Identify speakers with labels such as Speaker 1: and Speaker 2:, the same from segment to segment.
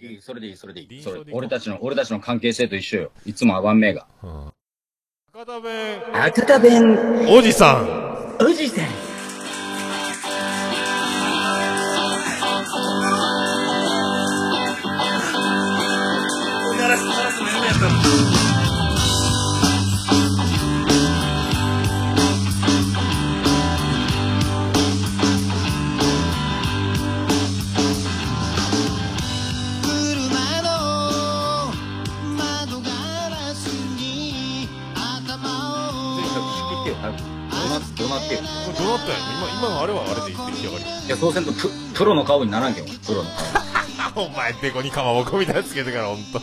Speaker 1: いい、それでいい、それでいい。
Speaker 2: 臨
Speaker 1: そ
Speaker 2: 床
Speaker 1: れ
Speaker 2: でいこう
Speaker 1: 俺たちの、俺たちの関係性と一緒よ。いつもアバンメが。
Speaker 2: 博多弁
Speaker 1: 赤田弁、
Speaker 2: おじさ
Speaker 1: おじさん。
Speaker 3: 車の窓ガラスに頭を
Speaker 1: とにかく仕切ってよ、早く。どな、どなってよ。
Speaker 2: んもうどうなったんやろ今今のあれはあれで出来上がり
Speaker 1: いや、そうせんとプ、プロの顔にならんけん、俺プロの顔。
Speaker 2: あお前デコにかまぼこみたいなのつけてからほんと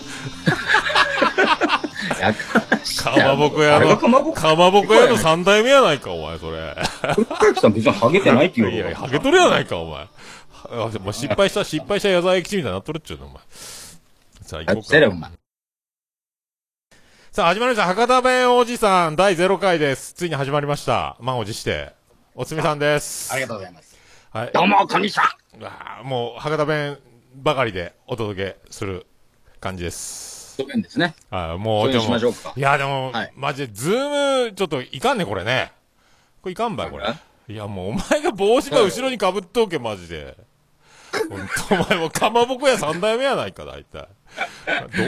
Speaker 1: やかましい
Speaker 2: かまぼこ屋
Speaker 1: あれ
Speaker 2: の
Speaker 1: がかまぼこ
Speaker 2: かまぼこ屋の三代目やないかお前それ
Speaker 1: 深木さん別にハゲてないって言う
Speaker 2: い
Speaker 1: よ
Speaker 2: やいやハゲとるやないかお前あもう失敗した失敗した矢沢永吉みたいになっとるっちゅうのお前さあ
Speaker 1: や
Speaker 2: 行こ
Speaker 1: っ
Speaker 2: う
Speaker 1: てれ、お
Speaker 2: か
Speaker 1: 前。
Speaker 2: さあ始まりました博多弁おじさん第0回ですついに始まりました満を持しておつみさんです
Speaker 1: ありがとうございます。
Speaker 2: はい
Speaker 1: どうも、こんにちは。
Speaker 2: あーもう博多弁ばかりでお届けする感じです。
Speaker 1: ごめんですね。
Speaker 2: あーも、
Speaker 1: そうれ
Speaker 2: で
Speaker 1: にし
Speaker 2: も
Speaker 1: まし、ょうか
Speaker 2: い。や、でも、
Speaker 1: はい
Speaker 2: マジで、ズーム、ちょっといかんね、これね。これいかんばい、これ
Speaker 1: なんだ。
Speaker 2: いや、もうお前が帽子ば後ろにかぶっとけ、マジで。ほんと、お前もうかまぼこ屋三代目やないか、大体。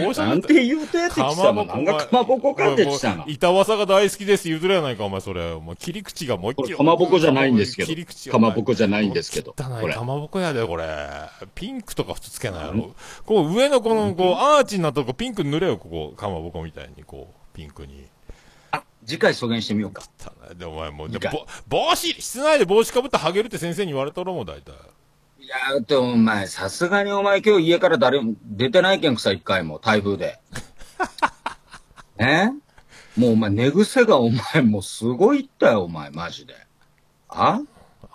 Speaker 2: どうした
Speaker 1: なんて言うとやつ、貴様。なんかかまぼこかって、貴様。
Speaker 2: 板わさが大好きです言うてるやないか、お前、それ。もう切り口がもう一
Speaker 1: こ
Speaker 2: 気
Speaker 1: れ、かまぼこじゃないんですけ
Speaker 2: 切り口が
Speaker 1: ど。か
Speaker 2: お前
Speaker 1: まぼこじゃないんですけど。
Speaker 2: 汚
Speaker 1: こ
Speaker 2: い
Speaker 1: れ。
Speaker 2: かまぼこやで、これ。ピンクとか普通つけないやろ。こう上のこの、こう、アーチになったとこピンク塗れよ、ここ、かまぼこみたいに、こう、ピンクに。
Speaker 1: あ、次回阻減してみようか。
Speaker 2: 汚いで、お前もう、で
Speaker 1: いいか
Speaker 2: ぼ帽子、室内で帽子かぶってハゲるって先生に言われたろ、もう大体。
Speaker 1: いやーって、お前、さすがにお前今日家から誰も出てないけんくさ、一回も、台 風で。ねもうお前、寝癖がお前、もうすごいったよ、お前、マジで。あ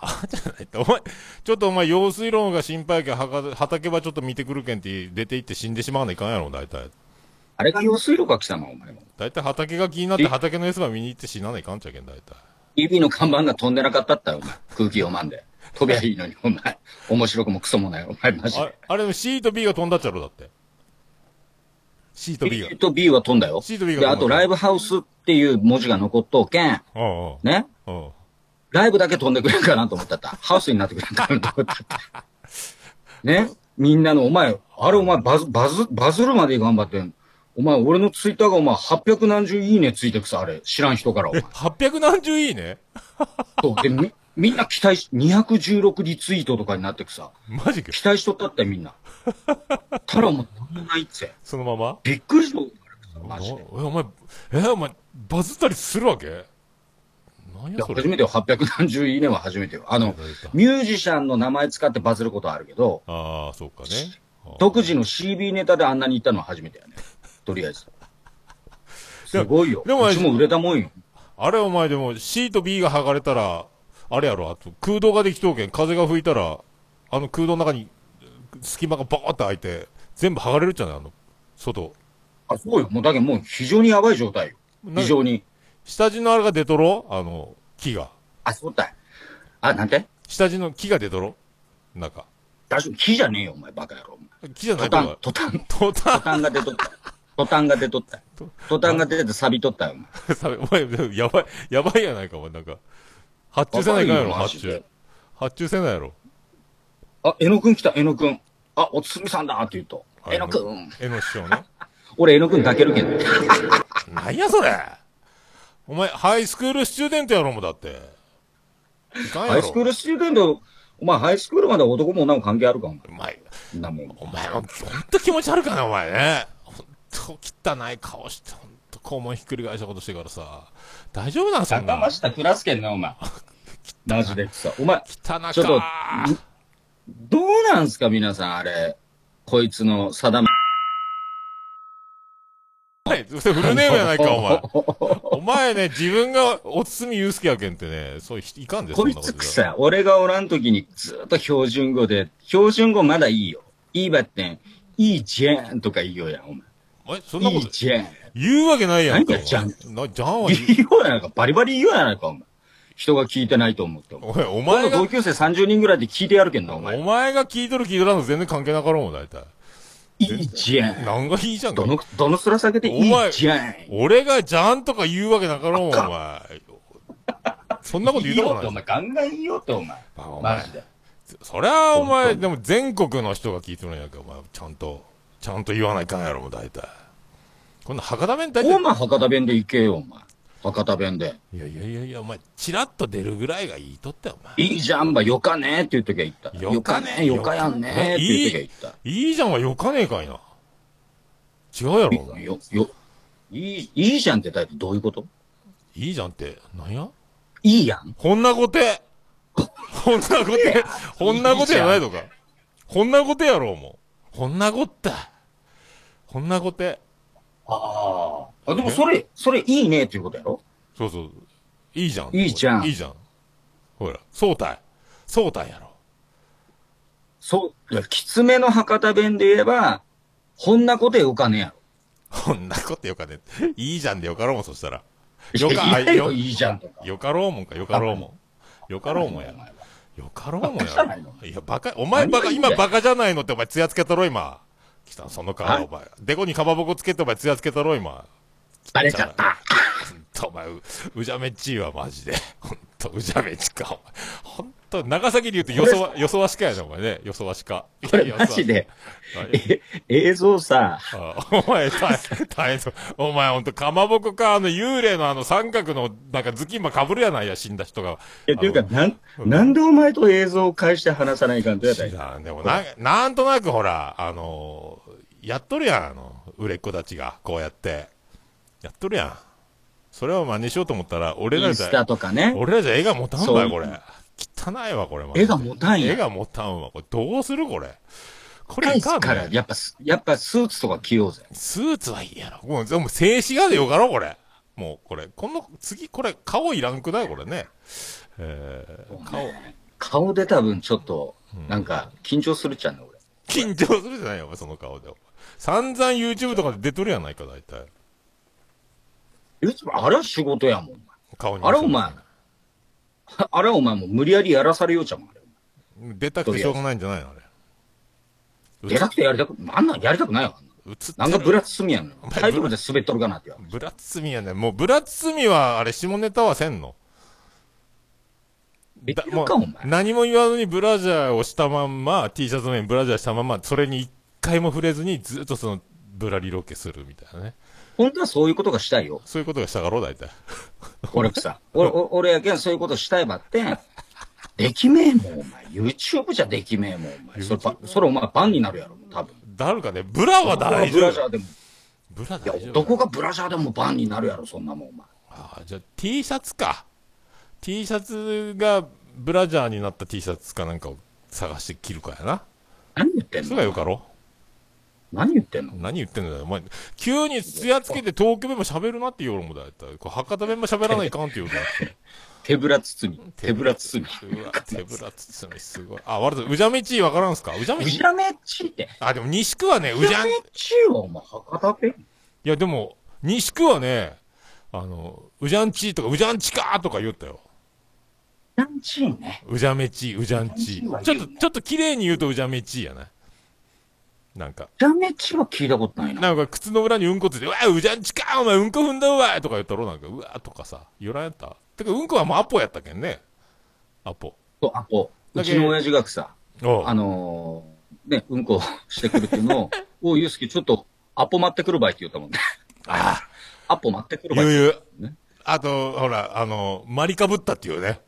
Speaker 2: あ、じゃないって、お前、ちょっとお前、用水路が心配やけん、はか畑はちょっと見てくるけんって出て行って死んでしまわないかんやろ、大体。
Speaker 1: あれが用水路か、貴様、お前も。
Speaker 2: 大体畑が気になって
Speaker 1: え
Speaker 2: 畑のやつば見に行って死なないかんちゃけん、大体。
Speaker 1: 指の看板が飛んでなかったったよ、お前。空気読まんで。飛びゃいいのに、お前。面白くもクソもない、お前、マジ
Speaker 2: あ
Speaker 1: で
Speaker 2: れ、。あれでも C と B が飛んだっちゃろ、だって。C と B が
Speaker 1: C。と B は飛んだよ。
Speaker 2: C と B が飛ん
Speaker 1: で、
Speaker 2: だ
Speaker 1: あと、ライブハウスっていう文字が残っとうけん、
Speaker 2: うんうん。
Speaker 1: ね。
Speaker 2: うん。
Speaker 1: ライブだけ飛んでくれんかなと思ったった。ハウスになってくれんかなと思ったった。ね。みんなの、お前、あれお前バズ、バズ、バズるまで頑張ってん。お前、俺のツイッターがお前、800何十いいねついてくさ、あれ。知らん人から、お前。
Speaker 2: 800何十いいね
Speaker 1: そう。で、み、みんな期待し、216リツイートとかになってくさ。
Speaker 2: マジか
Speaker 1: 期待しとったってみんな。たらもう、なんもないっつって。
Speaker 2: そのまま
Speaker 1: びっくりしとるマジで。
Speaker 2: おお前、え、お前、バズったりするわけなん
Speaker 1: い
Speaker 2: や
Speaker 1: や
Speaker 2: そ
Speaker 1: 初
Speaker 2: れ。
Speaker 1: めてよ。830いいねは初めてよ。あの
Speaker 2: 初めてだ、
Speaker 1: ミュージシャンの名前使ってバズることはあるけど、
Speaker 2: ああ、そうかね。あー
Speaker 1: 独自の CB ネタであんなに言ったのは初めてやね。とりあえず。すごいよ。
Speaker 2: でも
Speaker 1: うちも売れたもんよ。
Speaker 2: あれお前でも C と B が剥がれたら、あれやろ、あと空洞ができとうけん、風が吹いたら、あの空洞の中に隙間がバーって開いて、全部剥がれるじゃないあの、外。
Speaker 1: あ、そうよ。もうだけどもう非常にやばい状態よ。
Speaker 2: な
Speaker 1: 非常に。
Speaker 2: 下地のあれが出とろあの、木が。
Speaker 1: あ、そうだい。あ、なんて
Speaker 2: 下地の木が出とろ中。
Speaker 1: 大丈夫。木じゃねえよ、お前。バカ野郎。
Speaker 2: 木じゃ
Speaker 1: お
Speaker 2: な
Speaker 1: 前
Speaker 2: い
Speaker 1: ト
Speaker 2: か
Speaker 1: タン、トタン、
Speaker 2: トタ
Speaker 1: トタンが出とった。トタンが 出とった。トタンが出て錆びとったよ、お前。
Speaker 2: さお前、でもやばい、やばいやないか、お前、なんか。発注せないかんやろ、
Speaker 1: やばいよ
Speaker 2: 発
Speaker 1: マジ
Speaker 2: 注
Speaker 1: で。
Speaker 2: 発注せないやろ。
Speaker 1: あ、えのくん来た、えのくん。あ、おつみさんだって言うと。
Speaker 2: あ
Speaker 1: えのくん。。
Speaker 2: えの師匠ね。
Speaker 1: 俺、えのくん抱けるけど。
Speaker 2: なんや、それ。お前、ハイスクールスチューデントやろ、もうだって。いかんやろ。
Speaker 1: ハイスクールスチューデント、お前、ハイスクールまで男も女も関係あるか、お前。
Speaker 2: お前、
Speaker 1: そんなもん。
Speaker 2: お前、ほんと気持ち悪かな、お前ね。ほんと、汚い顔して、ほんと、肛門ひっくり返したことしてからさ。大丈夫なん、そんな。汚
Speaker 1: 下暮らすけんな、お 前。マジでさ。お前、
Speaker 2: か
Speaker 1: ちょっとどうなんすか、皆さん、あれ。こいつの定め。
Speaker 2: はい、フルネームやないか、お前。お前ね、自分がおつみゆうすけやけんってね、そういかんで、そ
Speaker 1: こ
Speaker 2: ん
Speaker 1: い
Speaker 2: なこ
Speaker 1: つ
Speaker 2: と
Speaker 1: くさ、俺がおらんときにずっと標準語で、標準語まだいいよ。いいばってん、いいじゃんとか言いようやん、お
Speaker 2: え、そんな
Speaker 1: 前。い
Speaker 2: こ
Speaker 1: い
Speaker 2: と
Speaker 1: じゃん。
Speaker 2: 言うわけないやんか。
Speaker 1: 何がじゃん
Speaker 2: な、じゃんは言う
Speaker 1: 言いようやないか、バリバリ言いようやないか、お前。人が聞いてないと思って。お前
Speaker 2: お前、お
Speaker 1: 今
Speaker 2: 前
Speaker 1: 度
Speaker 2: が
Speaker 1: 同、級生30人ぐらいで聞いてやるけんな、お前。
Speaker 2: お前が聞いとる聞いとらんの全然関係なかろうもん、大体。
Speaker 1: いいじゃん。
Speaker 2: なんがいいじゃんか
Speaker 1: ど。の、どの面下げていいじゃん。
Speaker 2: 俺がじゃんとか言うわけなかろうもん、お前。そんなこと
Speaker 1: い
Speaker 2: 言
Speaker 1: いう
Speaker 2: たこ
Speaker 1: よって、
Speaker 2: と
Speaker 1: お
Speaker 2: ない。
Speaker 1: 前。ガンガンいいよって、お前。
Speaker 2: バカお前
Speaker 1: マジで。
Speaker 2: そりゃ、お
Speaker 1: 本当
Speaker 2: 前、
Speaker 1: に
Speaker 2: でも全国の人が聞いてるんやけど、お前、ちゃんと、ちゃんと言わないかんやろ、もう大体。こんな博多弁大体
Speaker 1: お、前、博多弁で行けよ、お前。博多弁で。
Speaker 2: いやいやいやいや、お前、チラッと出るぐらいがいいとって、お前。
Speaker 1: いいじゃんば、よかねーって言うときは言った。よかねー、よかやんねーって言うときはい
Speaker 2: いじゃんはよかねえかいな。違うやろ、
Speaker 1: 言っ
Speaker 2: お
Speaker 1: た。
Speaker 2: 前
Speaker 1: よ、よ、いい、いいじゃんって大体どういうこと
Speaker 2: いいじゃんって、なんや
Speaker 1: いいやん。
Speaker 2: ほんなことや。ほんなことや。ほんなことやないとか。ほんなことやろ、もう。ほんなこった。ほんなことや。
Speaker 1: ああ。あ、でもそれ、それいいねーっていうことやろ
Speaker 2: そうそう。いいじゃん。
Speaker 1: いいじゃん
Speaker 2: いいじゃん。ほら、そうたい。そうたいやろ。
Speaker 1: そう、いやきつめの博多弁で言えば、こんなことよかねーやろ。
Speaker 2: ほんなことよかね。いいじゃんでよかろうもん、そしたら。
Speaker 1: いや
Speaker 2: よか、
Speaker 1: いや
Speaker 2: よ
Speaker 1: よ、いいじゃんとか。
Speaker 2: よかろうもんか、よかろうもん。よかろうもんや
Speaker 1: お。前は
Speaker 2: よかろうもんや
Speaker 1: バカじゃないの。
Speaker 2: いや、バカ、お前バカ、
Speaker 1: 何がいいんだ
Speaker 2: 今バ
Speaker 1: よ
Speaker 2: カじゃないのってお前、ツヤつけたろ、今。来た、その顔、
Speaker 1: あ
Speaker 2: お前。デコにかまぼこつけてお前、ツヤつけたろ、今。
Speaker 1: バレちゃった。
Speaker 2: ほんと、お前、ううじゃめっちいわ、マジで。ほんと、うじゃめっちか、お前。ほんと、長崎で言うと、よそわ、よそわしかやね、お前ね。よそわしか。
Speaker 1: これマジで、え映像さ、
Speaker 2: あお前、大変、大変そう。お前、ほんと、かまぼこか、あの、幽霊のあの、三角の、なんか、ズキンマかぶるやないや、死んだ人が。
Speaker 1: いや、というか、
Speaker 2: あの
Speaker 1: なん、なんでお前と映像を返して話さないかんとやったら
Speaker 2: 知らんでもな、なんとなくほら、あのやっとるやん、あの、売れっ子たちが、こうやって。やっとるやん。それを真似しようと思ったら、俺
Speaker 1: イ
Speaker 2: ら
Speaker 1: ン
Speaker 2: じ
Speaker 1: スタ
Speaker 2: ゃ、
Speaker 1: とかね。
Speaker 2: 俺らじゃ絵が持たん
Speaker 1: そ
Speaker 2: わ
Speaker 1: う
Speaker 2: よ、これ。汚いわ、これ。マジで
Speaker 1: 絵が持たん
Speaker 2: 絵
Speaker 1: や。
Speaker 2: が持たんわ。これ、どうするこれ。これ
Speaker 1: 返
Speaker 2: い
Speaker 1: す
Speaker 2: か
Speaker 1: から、
Speaker 2: んね。
Speaker 1: やっぱス、やっぱスーツとか着ようぜ。
Speaker 2: スーツはいいやろ。もう、でも静止画でよかろ、これ。もう、これ。この、次、これ、顔いらんくないこれね。えー、顔。
Speaker 1: 顔出た分ちょっと、なんか、緊張するっちゃうね、俺。
Speaker 2: 緊張するじゃないよ、お前、その顔で。お前散々 YouTube とかで出とるやないか、大体。
Speaker 1: いつもあれは仕事やもん。お 前
Speaker 2: 顔に。
Speaker 1: あれお前。あれはお前もう無理やりやらされようちゃうもん、あれ。
Speaker 2: 出たくてしょうがないんじゃないのあれ。
Speaker 1: 出たくてやりたく、あんなんやりたくないわ。
Speaker 2: 映ってる
Speaker 1: なんかブラッスミやんの
Speaker 2: お。前
Speaker 1: タイトルで滑っとるかなってよ。
Speaker 2: ブラッツミやね。もう、ブラッツミは、あれ、下ネタはせんの。
Speaker 1: で
Speaker 2: だ
Speaker 1: きる
Speaker 2: も
Speaker 1: か、お
Speaker 2: う、
Speaker 1: 前。
Speaker 2: 何も言わずにブラジャーをしたまんま、T シャツの上にブラジャーしたまんま、それに一回も触れずに、ずっとその、ブラリロケするみたいなね。
Speaker 1: 本当はそういうことがしたいよ。
Speaker 2: そういうことがしたかろう、大体。
Speaker 1: 俺くさ。俺、お俺やけんそういうことしたいばってん。できめえもん、お前。YouTube じゃできめえもん、お前。それば、それお前バンになるやろ、多分。
Speaker 2: だるかね、ブラは大
Speaker 1: ブ
Speaker 2: 丈
Speaker 1: ラジャ
Speaker 2: 夫。
Speaker 1: ーでも。
Speaker 2: ブラ大
Speaker 1: いや
Speaker 2: 丈夫、
Speaker 1: どこがブラジャーでもバンになるやろ、そんなもん、お前。
Speaker 2: ああ、じゃあ T シャツか。T シャツがブラジャーになった T シャツかなんかを探して着るかやな。
Speaker 1: 何言ってん
Speaker 2: それが
Speaker 1: の
Speaker 2: よかろ
Speaker 1: 何言ってんの
Speaker 2: 何言ってんだよ。お前、急にツヤつけて東京弁も喋るなって言おうもんだよ。こう博多弁も喋らないかんって言うから。
Speaker 1: 手ぶら包み。 手ぶら包み。
Speaker 2: うわ、手ぶら包みすごい。あ、わざと、うじゃめちわからんすかうじゃめ
Speaker 1: うじ
Speaker 2: ち
Speaker 1: ゃめっちって。
Speaker 2: あ、でも西区はね、
Speaker 1: う
Speaker 2: う
Speaker 1: じ
Speaker 2: じ
Speaker 1: ゃ
Speaker 2: ゃん、
Speaker 1: め
Speaker 2: い
Speaker 1: っちは、お前、博多弁
Speaker 2: やでも、西区はね、あの、うじゃんちとか、うじゃんちかーとか言ったよ。
Speaker 1: うじゃんちいね。
Speaker 2: うじゃめち、うじゃんち。ちょっと、ちょっと綺麗に言うとうじゃめちやな。なんか。
Speaker 1: うじゃめっちは聞いたことないな。
Speaker 2: なんか靴の裏にうんこついて、うわ、うじゃんちかお前うんこ踏んだわとか言ったろなんか、うわとかさ、言らんやったてか、うんこはもうアポやったけんね。アポ。
Speaker 1: そうあと、
Speaker 2: だ
Speaker 1: う
Speaker 2: け
Speaker 1: ちの親父がさ、
Speaker 2: おう
Speaker 1: あのー、ね、うんこしてくるっていうのを、おい、ゆうすけ、ちょっと、アポ待ってくるばいって言ったもんね。
Speaker 2: あ
Speaker 1: アポ待ってく
Speaker 2: あ、
Speaker 1: るば
Speaker 2: 言う
Speaker 1: い。
Speaker 2: 言う。
Speaker 1: ね
Speaker 2: あと、ほら、あの、マリかぶったっていうね。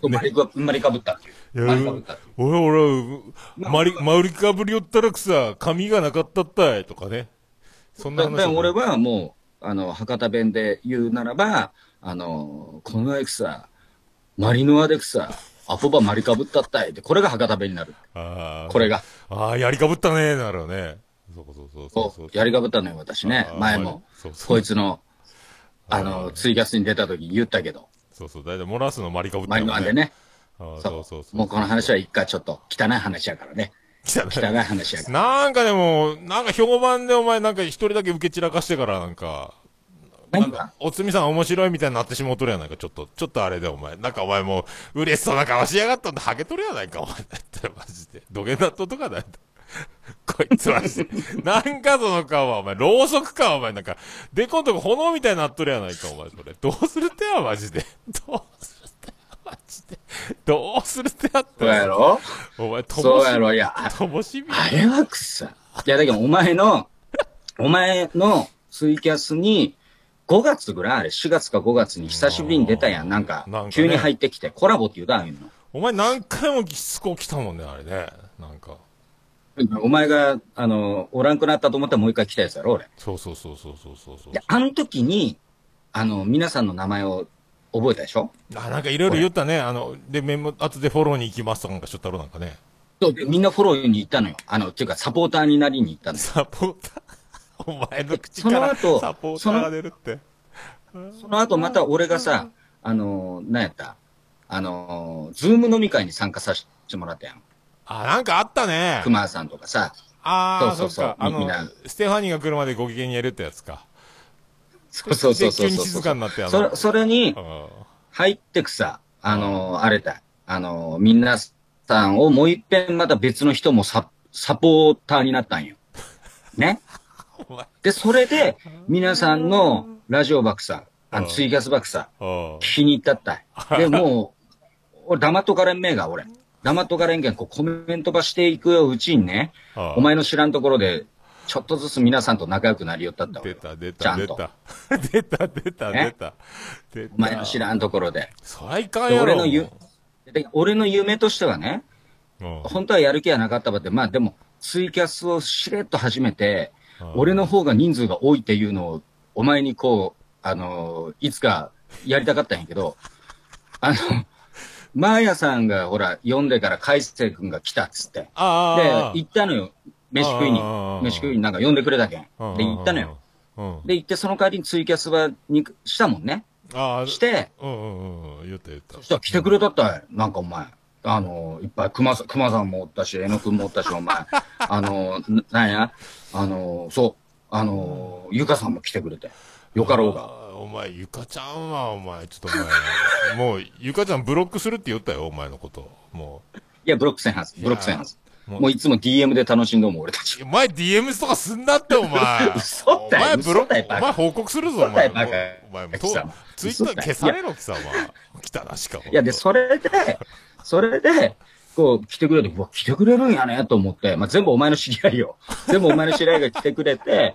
Speaker 1: そうマリカマリかぶったっていう。マリかぶったっていう。
Speaker 2: 俺、俺、マリ、マリかぶりよったらくさ、髪がなかったったいとかね。そんな
Speaker 1: だ
Speaker 2: 話。
Speaker 1: だから俺、はもう、あの、博多弁で言うならば、あの、このエクサ、マリノアでクサ、アポバマリかぶったったいって、これが博多弁になる。
Speaker 2: ああ、
Speaker 1: これが。
Speaker 2: ああ、やりかぶったね、なるね。そうそうそうそう
Speaker 1: そ
Speaker 2: そうう。
Speaker 1: やりかぶったのよ、私ね
Speaker 2: あ。ー
Speaker 1: 前も
Speaker 2: そうそう、
Speaker 1: こいつの、あの、ツイキャスに出た時に言ったけど、
Speaker 2: そうそう、だいたい漏らすのマリかぶった
Speaker 1: マリ
Speaker 2: よ
Speaker 1: ノアで。ね。
Speaker 2: ああ
Speaker 1: そう
Speaker 2: そうそうそう。
Speaker 1: もうこの話は一回ちょっと汚い話やからね。
Speaker 2: 汚い
Speaker 1: 汚い話やから。
Speaker 2: なんかでも、なんか評判でお前なんか一人だけ受け散らかしてからなんか、なん
Speaker 1: 何
Speaker 2: か
Speaker 1: が、
Speaker 2: おつみさん面白いみたいになってしもうとるやないか、ちょっと、ちょっとあれでお前。なんかお前もう、嬉し そうな顔しやがったんだ、ハゲとるやないか、お前だって、マジで。土下座っととかだよ。 こいつは。なんかその顔は、お前、ろうそくか、お前、なんか、でこんとこ炎みたいになっとるやないか、お前、それ。どうするってや、マジで。どうするってや、マジで。どうするってやっ
Speaker 1: そうや
Speaker 2: て。
Speaker 1: ろ
Speaker 2: お前、と
Speaker 1: そ
Speaker 2: も
Speaker 1: う
Speaker 2: し
Speaker 1: や
Speaker 2: び、
Speaker 1: ろいや、あ
Speaker 2: ともしび。
Speaker 1: あれはくさ。いや、だけどお前の、お前のツイキャスに、5月ぐらいあれ、4月か5月に久しぶりに出たやん。なんか
Speaker 2: なんかね、
Speaker 1: 急に入ってきて、コラボって言うたんよ。
Speaker 2: お前、何回もしつこ来たもんね、あれね。なんか。
Speaker 1: お前が、あの、おらんくなったと思ったらもう一回来たやつやろ、俺。
Speaker 2: そうそうそうそうそうそうそう
Speaker 1: で、。あの時に、あの、皆さんの名前を覚えたでしょ
Speaker 2: あ、なんかいろいろ言ったね。あの、で、メモ、後でフォローに行きますとかなんかしょったろ、なんかね。
Speaker 1: そうでみんなフォローに行ったのよ。あの、っていうか、サポーターになりに行ったのよ。
Speaker 2: サポーター。 お前の口から
Speaker 1: その後
Speaker 2: サポーターが出るって。
Speaker 1: その後また俺がさ、あの、なんやったあの、ズーム飲み会に参加させてもらったやん。
Speaker 2: あ、なんかあったね。
Speaker 1: 熊さんとかさ、
Speaker 2: ああ、
Speaker 1: そ
Speaker 2: そうう
Speaker 1: そうそ
Speaker 2: か。
Speaker 1: う
Speaker 2: あの
Speaker 1: みんな、
Speaker 2: ステファニーが来るまでご機嫌にやるってやつか。
Speaker 1: そうそうそうそう
Speaker 2: で急
Speaker 1: そう
Speaker 2: に静かになってや
Speaker 1: それ、それに
Speaker 2: うん
Speaker 1: 入ってくさ、あの、あれだ、あの、みんなさんをもう一遍また別の人もササポーターになったん よ。ね
Speaker 2: お前
Speaker 1: で、それで、皆さんのラジオ爆さ、あの、
Speaker 2: うん
Speaker 1: ツイキャス爆さ、
Speaker 2: うん。
Speaker 1: 聞きに行ったった い。で、もう、俺黙っとかれんめえが、俺。黙っとかれんけん、こうコメントばしていくよ、うちにね、お
Speaker 2: お
Speaker 1: 前の知らんところで、ちょっとずつ皆さんと仲良くなりよったったわ
Speaker 2: 出。た、出
Speaker 1: ちゃ
Speaker 2: た、
Speaker 1: ん
Speaker 2: 出
Speaker 1: と
Speaker 2: た。出た、 出た、
Speaker 1: ね
Speaker 2: 出た。出た
Speaker 1: お前の知らんところで。
Speaker 2: そりゃいかん
Speaker 1: で
Speaker 2: やろ。
Speaker 1: 俺のゆで俺の夢としてはね、
Speaker 2: うん
Speaker 1: 本当はやる気はなかったわって、まあでも、ツイキャスをしれっと始めて、
Speaker 2: うん
Speaker 1: 俺の方が人数が多いっていうのを、お前にこう、あのーいつかやりたかったんやけど、 あの、マーヤさんがほら、読んでから海星君が来たっつって。で、
Speaker 2: ああ。
Speaker 1: 行ったのよ。飯食いに
Speaker 2: あーあーあ。ー
Speaker 1: 飯食いになんか呼んでくれたけん。で、
Speaker 2: うん
Speaker 1: 行ったのよ。。
Speaker 2: うん。
Speaker 1: で、行ってその代わりにツイキャスはにしたもんね。
Speaker 2: ああ、
Speaker 1: して、
Speaker 2: うんうんうんうん、言った言った
Speaker 1: そ。したら来てくれたったい。なんかお前。あの、いっぱい、熊さん、熊さんもおったし、江野くんもおったし、お前。 あの、ななんやあの、そう。あの、ゆかさんも来てくれて。よかろうが。
Speaker 2: あーお前、ゆかちゃんは、お前、ちょっとお前、もう、ゆかちゃんブロックするって言ったよ、お前のこと。も
Speaker 1: いや、ブロックせんはず。ブロックせんはず。
Speaker 2: う。
Speaker 1: もういつも DM で楽しんども、俺たち。
Speaker 2: お前 DMs とかすんなって、お前。
Speaker 1: 嘘だよ
Speaker 2: お前ブロ
Speaker 1: 嘘だよ
Speaker 2: ック、
Speaker 1: バ
Speaker 2: お
Speaker 1: カ
Speaker 2: 前報告するぞ、お
Speaker 1: 嘘だ
Speaker 2: 前。お
Speaker 1: よバカ
Speaker 2: 前、お前もう
Speaker 1: 貴様
Speaker 2: ツイッター消されろ、貴様。汚らしか。
Speaker 1: い
Speaker 2: ほ
Speaker 1: や、で、
Speaker 2: んと
Speaker 1: それで、それで、こう、来てくれて、うわ、来てくれるんやね、と思って、まあ、全部お前の知り合いよ。 全部お前の知り合いが来てくれて、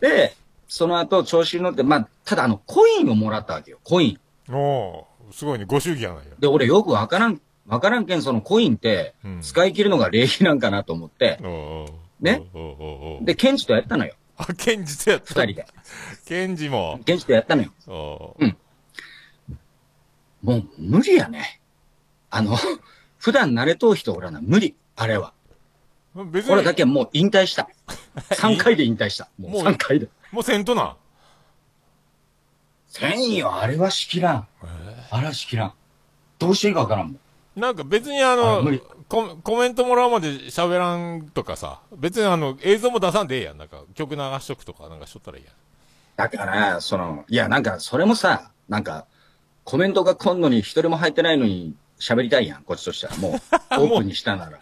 Speaker 1: で、その後、調子に乗って、まあ、ただ、あの、コインをもらったわけよ、コイン。
Speaker 2: おうすごいね、ご祝儀やないよ。
Speaker 1: で、俺よくわからん、わからんけん、そのコインって
Speaker 2: うん、
Speaker 1: 使い切るのが礼儀なんかなと思って、
Speaker 2: おうおう
Speaker 1: ね
Speaker 2: おうおうおう
Speaker 1: で、ケンジとやったのよ、
Speaker 2: あ、ケンジとやった。
Speaker 1: 二人で。
Speaker 2: ケンジも。
Speaker 1: ケンジとやったのよ。
Speaker 2: お
Speaker 1: もう、無理やね。あの、 普段慣れとう人おらな、無理、あれは。
Speaker 2: う別
Speaker 1: 俺だ
Speaker 2: に、
Speaker 1: けはもう引退した。3回で引退した。もう
Speaker 2: もう
Speaker 1: 3回で。
Speaker 2: もうせんとな。
Speaker 1: せんよ、あれはしきらん。あれはしきらん。どうしていいかわからんもん。
Speaker 2: なんか別にあ
Speaker 1: あ
Speaker 2: の
Speaker 1: 無理
Speaker 2: コ、コメントもらうまで喋らんとかさ、別にあの、映像も出さんでええやん。なんか、曲流しとくとか、なんかしとったらいいやん。
Speaker 1: だから、その、いや、なんか、それもさ、なんか、コメントが来んのに一人も入ってないのに喋りたいやん、こっちとしたら。 もう、オープンにしたなら。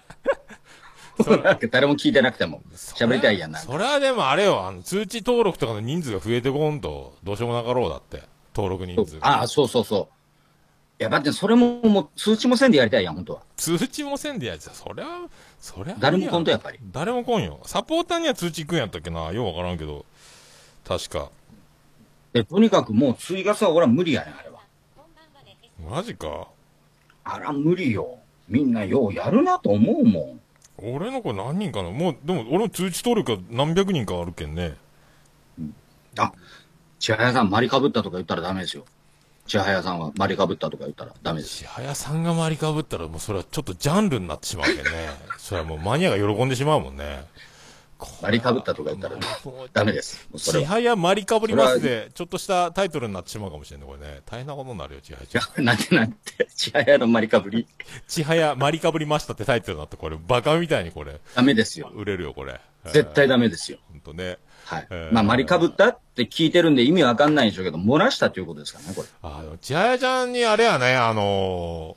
Speaker 2: そ
Speaker 1: なんか誰も聞いてなくても、喋りたいやんな。
Speaker 2: それはでもあれよ、あの、通知登録とかの人数が増えてこんと、どうしようもなかろうだって。登録人数。
Speaker 1: ああ、そうそうそう。いや、だってそれも、もう通知もせんでやりたいやん、本当は。
Speaker 2: 通知もせんでやつや。そりゃ、そりゃ。
Speaker 1: 誰も来んとやっぱり。
Speaker 2: 誰も来んよ。サポーターには通知行くんやったっけな。ようわからんけど。確か。
Speaker 1: で、とにかくもう追加さ、俺は無理やねん、あれは。
Speaker 2: マジか。
Speaker 1: あら、無理よ。みんなようやるなと思うもん。
Speaker 2: 俺の子何人かなもう、でも俺の通知登録が何百人かあるけんね。
Speaker 1: あ、千早さん、マリかぶったとか言ったらダメですよ。千早さんはマリかぶったとか言ったらダメです。
Speaker 2: 千早さんが回りかぶったら、もうそれはちょっとジャンルになってしまうけ んね。それはもうマニアが喜んでしまうもんね。
Speaker 1: マリかぶったとか言ったら
Speaker 2: もう
Speaker 1: ダメです。もうそれ
Speaker 2: 千
Speaker 1: は。
Speaker 2: 早まりかぶりますで、ちょっとしたタイトルになってしまうかもしれんね、これね。大変なことになるよ、千早
Speaker 1: い
Speaker 2: ちゃ
Speaker 1: や
Speaker 2: ん。、
Speaker 1: なんてなんて、千早のマリかぶり、
Speaker 2: 千早まりかぶりましたってタイトルになって、これ、バカみたいにこれ、
Speaker 1: ダメですよ。
Speaker 2: 売れるよ、これ。
Speaker 1: 絶対ダメですよ。
Speaker 2: ほんとね。
Speaker 1: はい
Speaker 2: え。ー
Speaker 1: まあ、マリかぶったって聞いてるんで意味わかんないんでしょうけど、漏らしたということですからね、これ。
Speaker 2: あの、千早ちゃんにあれやね、あのー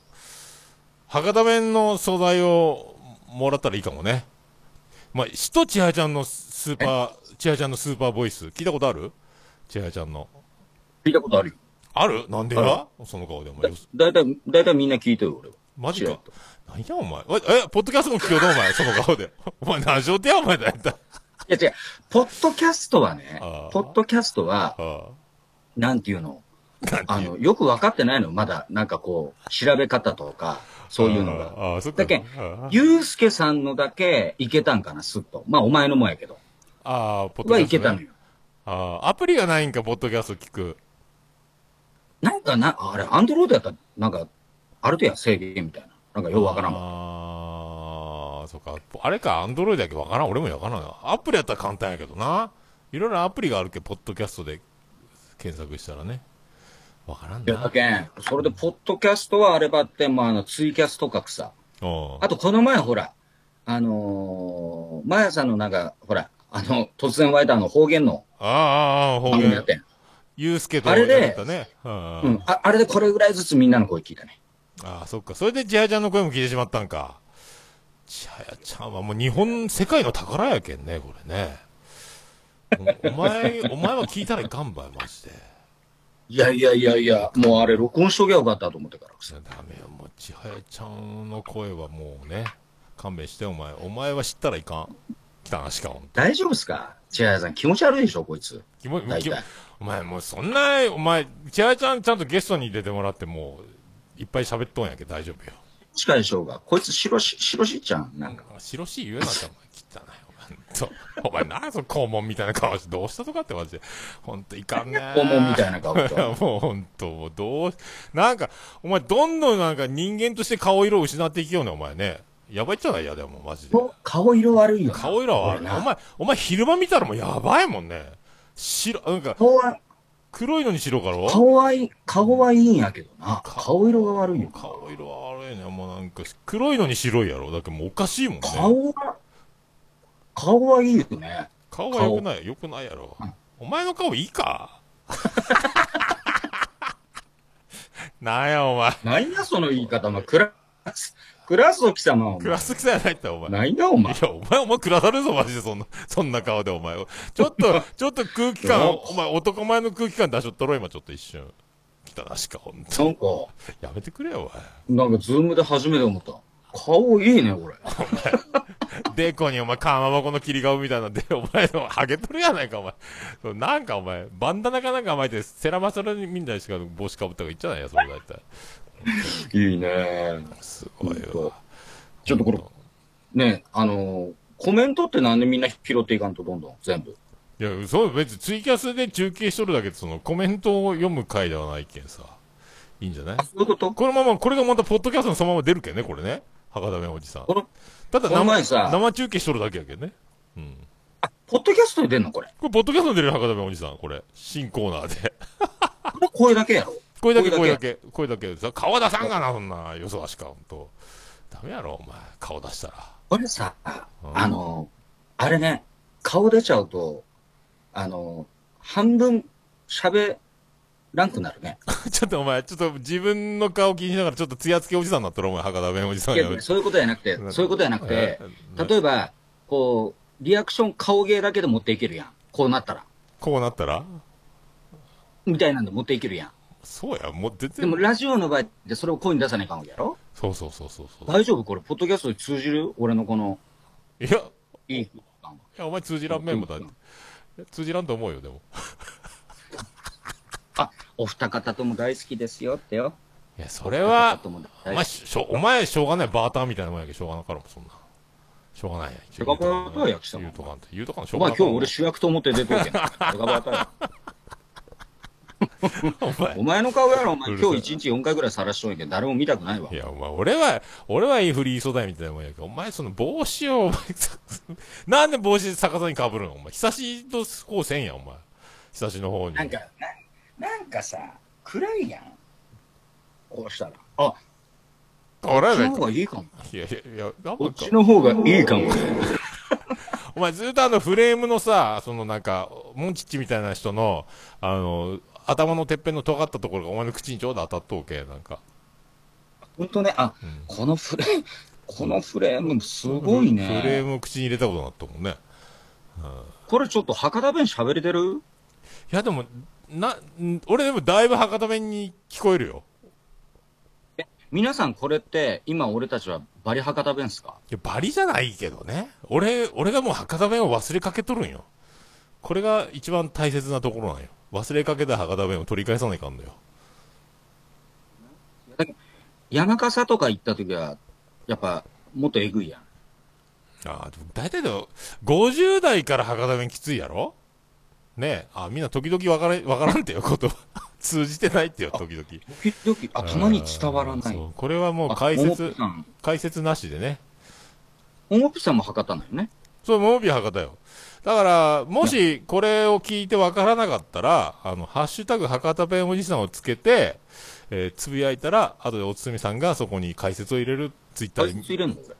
Speaker 2: 博多弁の素材をもらったらいいかもね。まあ、しとちはちゃんのスーパー、ちはちゃんのスーパーボイス、聞いたことあるちはちゃんの。
Speaker 1: 聞いたことあるよ。
Speaker 2: あるなんでやその顔でお前。
Speaker 1: だいたい、だいたいみんな聞いてる、俺は。
Speaker 2: マジ
Speaker 1: ち
Speaker 2: か
Speaker 1: は。
Speaker 2: 何やお前。え、えポッドキャストも聞くよなお前。その顔で。 お前何しようてやお 前だよ。
Speaker 1: いや違う、ポッドキャストはね
Speaker 2: あー、
Speaker 1: ポッドキャストは、
Speaker 2: あ
Speaker 1: なんていうの、
Speaker 2: あ。なんて
Speaker 1: あ
Speaker 2: いう
Speaker 1: の、よく分かってないの、まだ、なんかこう、調べ方とか、そういうのが。
Speaker 2: あああ、そっか。
Speaker 1: だけん
Speaker 2: あ
Speaker 1: ゆうすけさんのだけいけたんかな、すっと。まあ、お前のもやけど。
Speaker 2: ああ、ポッドキャスト、ね。
Speaker 1: はいけたのよ。
Speaker 2: ああ、アプリがないんか、ポッドキャスト聞く。
Speaker 1: なんかな、あれ、アンドロイドやったら、なんか、ある程度制限みたいな。なんかようわからんわ。
Speaker 2: ああ、そっか。あれか、アンドロイドだけわからん。俺もわからんよ。アプリやったら簡単やけどな。いろいろアプリがあるけど、ポッドキャストで検索したらね。わからん
Speaker 1: いやだ
Speaker 2: な。
Speaker 1: けん、それで、ポッドキャストはあればって、まあ、あの、ツイキャストかくさ。
Speaker 2: お
Speaker 1: あと、この前、ほら、あのー、マヤさんのなんか、ほら、あの、突然湧いたあの方言の
Speaker 2: ああ、ああ、方
Speaker 1: 番組やっ
Speaker 2: 言。
Speaker 1: てん。
Speaker 2: ゆうすけと
Speaker 1: あれで
Speaker 2: やったね。あ
Speaker 1: うん。ああれでこれぐらいずつみんなの声聞いたね。
Speaker 2: ああ、そっか。それでジャヤちゃんの声も聞いてしまったんか。ジャヤちゃんはもう日本、世界の宝やけんね、これね。おお前、お前は聞いたらいかんばい、マジで。
Speaker 1: いやいやいやいや、もうあれ録音しときゃよかったと思ってから
Speaker 2: いやダメよ、もう、ちはやちゃんの声はもうね、勘弁して、お前。お前は知ったらいかん。来た話か、ほんと。
Speaker 1: 大丈夫っすか千早さん気持ち悪いでしょこいつ。
Speaker 2: キモい
Speaker 1: 大
Speaker 2: キモ
Speaker 1: 体。
Speaker 2: お前、もうそんな、お前、ちはやちゃんちゃんとゲストに出てもらって、もう、いっぱい喋っとんやけど大丈夫よ。
Speaker 1: 近いでしょうが。こいつ白し、白しっちゃん。なんか。
Speaker 2: 白しい言うなって、お前、汚い。お前、ほんと。お前、なあ、その肛門みたいな顔して、どうしたとかって、マジで。ほんと、いかんね。
Speaker 1: 肛門みたいな顔して
Speaker 2: もう、ほんと、もう、どうし、なんか、お前、どんどんなんか人間として顔色を失っていきようね、お前ね。やばいっちゃないやだよ、もう、マジで。
Speaker 1: お顔色悪いよな。
Speaker 2: 顔色は悪い
Speaker 1: 俺
Speaker 2: な。お
Speaker 1: な。
Speaker 2: 前、お前昼間見たらもうやばいもんね。白、なんか、
Speaker 1: 顔は、
Speaker 2: 黒いのに白かろ
Speaker 1: 顔はいい、顔はいいんやけどな。
Speaker 2: 顔
Speaker 1: 顔色が悪いよ。
Speaker 2: 顔色は悪いね。もうなんか、黒いのに白いやろ。だけどもうおかしいもんね。
Speaker 1: 顔は、顔はいいよね。
Speaker 2: 顔が良くない。良くないやろ。お前の顔いいか なんや、お前。
Speaker 1: なんやその言い方、ま、クラス、クラスの貴様はお前
Speaker 2: 暗すぎさやないって、お前。
Speaker 1: なんやお前
Speaker 2: い。や、お前、お前、下さるぞ、マジで、そんな、そんな顔で、お前。ちょっ と、ちょっと空気感、お前、男前の空気感出しとったろ、今、ちょっと一瞬。汚らしか、ほんと。
Speaker 1: なんか、
Speaker 2: やめてくれよ、お前。
Speaker 1: なんかズームで初めて思った。顔いいね、これ。
Speaker 2: デコにお前、かまぼこの霧顔みたいなんで、お前、ハゲとるやないか、お前。そうなんかお前、バンダナかなんか巻いて、セラマサラみたいにしか帽子かぶった方がいいんじゃないや、それだったら。
Speaker 1: いいね。
Speaker 2: すごい
Speaker 1: ほんと
Speaker 2: わ。
Speaker 1: ちょっとこれ、ね、あのーコメントってなんでみんな拾っていかんと、どんどん、全部。
Speaker 2: いや、そう、別にツイキャスで中継しとるだけで、その、コメントを読む回ではないけんさ。いいんじゃない
Speaker 1: そういうこと
Speaker 2: このまま、これがまた、ポッドキャストのそのまま出るけんね、これね。博多弁おじさん
Speaker 1: こ。の、
Speaker 2: ただ
Speaker 1: この
Speaker 2: 生、
Speaker 1: 前さ
Speaker 2: 生中継しとるだけやけんね。うん。
Speaker 1: あ、ポッドキャストで出んのこれ。
Speaker 2: これ、ポッドキャストに出るよ博多弁おじさん、これ。新コーナーで。
Speaker 1: これ声だけやろ。
Speaker 2: 声だけ声
Speaker 1: 声
Speaker 2: だ
Speaker 1: だ
Speaker 2: け声だけさ顔出さんがなそんなよそわしかほんとダメやろお前顔出したら
Speaker 1: これさ、
Speaker 2: うん
Speaker 1: あのーあれね、顔出ちゃうと、あのー半分喋らんくなるね。
Speaker 2: ちょっとお前ちょっと自分の顔気にしながらちょっとつやつけおじさんになったろお前博多弁おじさん
Speaker 1: い
Speaker 2: や
Speaker 1: や、そういうことじゃなくて、そういうことじゃなくて、
Speaker 2: え
Speaker 1: 例えば、こう、リアクション顔芸だけで持っていけるやん。こうなったら。
Speaker 2: こうなったら
Speaker 1: みたいなんで持っていけるやん。
Speaker 2: そうやもう全
Speaker 1: で
Speaker 2: 然
Speaker 1: もラジオの場合ってそれを声に出さないかんわけやろ
Speaker 2: そうそうそうそうそう
Speaker 1: 大丈夫これ、ポッドキャストで通じる俺のこの、
Speaker 2: いやい
Speaker 1: いい。
Speaker 2: やお前通じらん面もだっていや通じらんと思うよでも
Speaker 1: あ、お二方とも大好きですよってよ。
Speaker 2: いやそれ
Speaker 1: お
Speaker 2: は
Speaker 1: とも
Speaker 2: お
Speaker 1: 大好
Speaker 2: 前
Speaker 1: き。
Speaker 2: しょお前しょうがないバーターみたいなもんやけどしょうがなからもそんなしょうがないやん
Speaker 1: てかバーターや貴様
Speaker 2: 言うとかんと言うとかんとしょ
Speaker 1: お
Speaker 2: うがな
Speaker 1: 前今
Speaker 2: い
Speaker 1: 日俺主役と思って出とけな。俺がバカや
Speaker 2: お前
Speaker 1: お前の顔やろ、お前
Speaker 2: うるさい
Speaker 1: 今日1日4回ぐらい晒しとんやけど、誰も見たくないわ
Speaker 2: い。や、お前、俺は、俺はいいフリー素材みたいなもんやけど、お前、その帽子を、お前、さ なんで帽子逆さに被るんお前、ひさしとこうせんやん、お前。ひさしの方に。
Speaker 1: なんか、ななんかさ、暗いやん。こうしたら。あ、こ
Speaker 2: 俺は
Speaker 1: っちの
Speaker 2: ね
Speaker 1: 方がいいかも。
Speaker 2: いやいや、いや、なん
Speaker 1: こっ
Speaker 2: か
Speaker 1: ちの方がいいかも。
Speaker 2: お前、ずっとあの、フレームのさ、そのなんか、モンチッチみたいな人の、あの、頭のてっぺんの尖ったところがお前の口にちょうど当たっとうけ、なんか。
Speaker 1: ほんとね、あ、このフレ、このフレームすごいね。
Speaker 2: フレームを口に入れたことなったもんね。
Speaker 1: これちょっと博多弁喋れてる
Speaker 2: いや、でも、な、ん俺でもだいぶ博多弁に聞こえるよ。
Speaker 1: 皆さんこれって、今俺たちはバリ博多弁っすか
Speaker 2: いや、バリじゃないけどね。俺、俺がもう博多弁を忘れかけとるんよ。これが一番大切なところなんよ。忘れかけた博多弁を取り返さないかんのよ。
Speaker 1: 山笠とか行った時は、やっぱ、もっとえぐいやん。
Speaker 2: ああ、でも大体でも、50代から博多弁きついやろねえ。あ、みんな時々わからん、わからんってよ、言葉。 通じてないってよ、時々。
Speaker 1: 時々、あ、たまに伝わ
Speaker 2: あ
Speaker 1: らな
Speaker 2: ーそ。
Speaker 1: いう
Speaker 2: これはもう
Speaker 1: あ
Speaker 2: 解
Speaker 1: もも
Speaker 2: 説
Speaker 1: ぴさ、ん。
Speaker 2: 解説なしでね。
Speaker 1: ももぴさんも博多なんよね。
Speaker 2: そう、モモピ博多よ。だから、もし、これを聞いてわからなかったら、あの、ハッシュタグ博多弁おじさんをつけて、えーつぶやいたら、後でおつみさんがそこに解説を入れる、ツイッタ
Speaker 1: あ
Speaker 2: ー
Speaker 1: い
Speaker 2: で
Speaker 1: つ入れんのこれ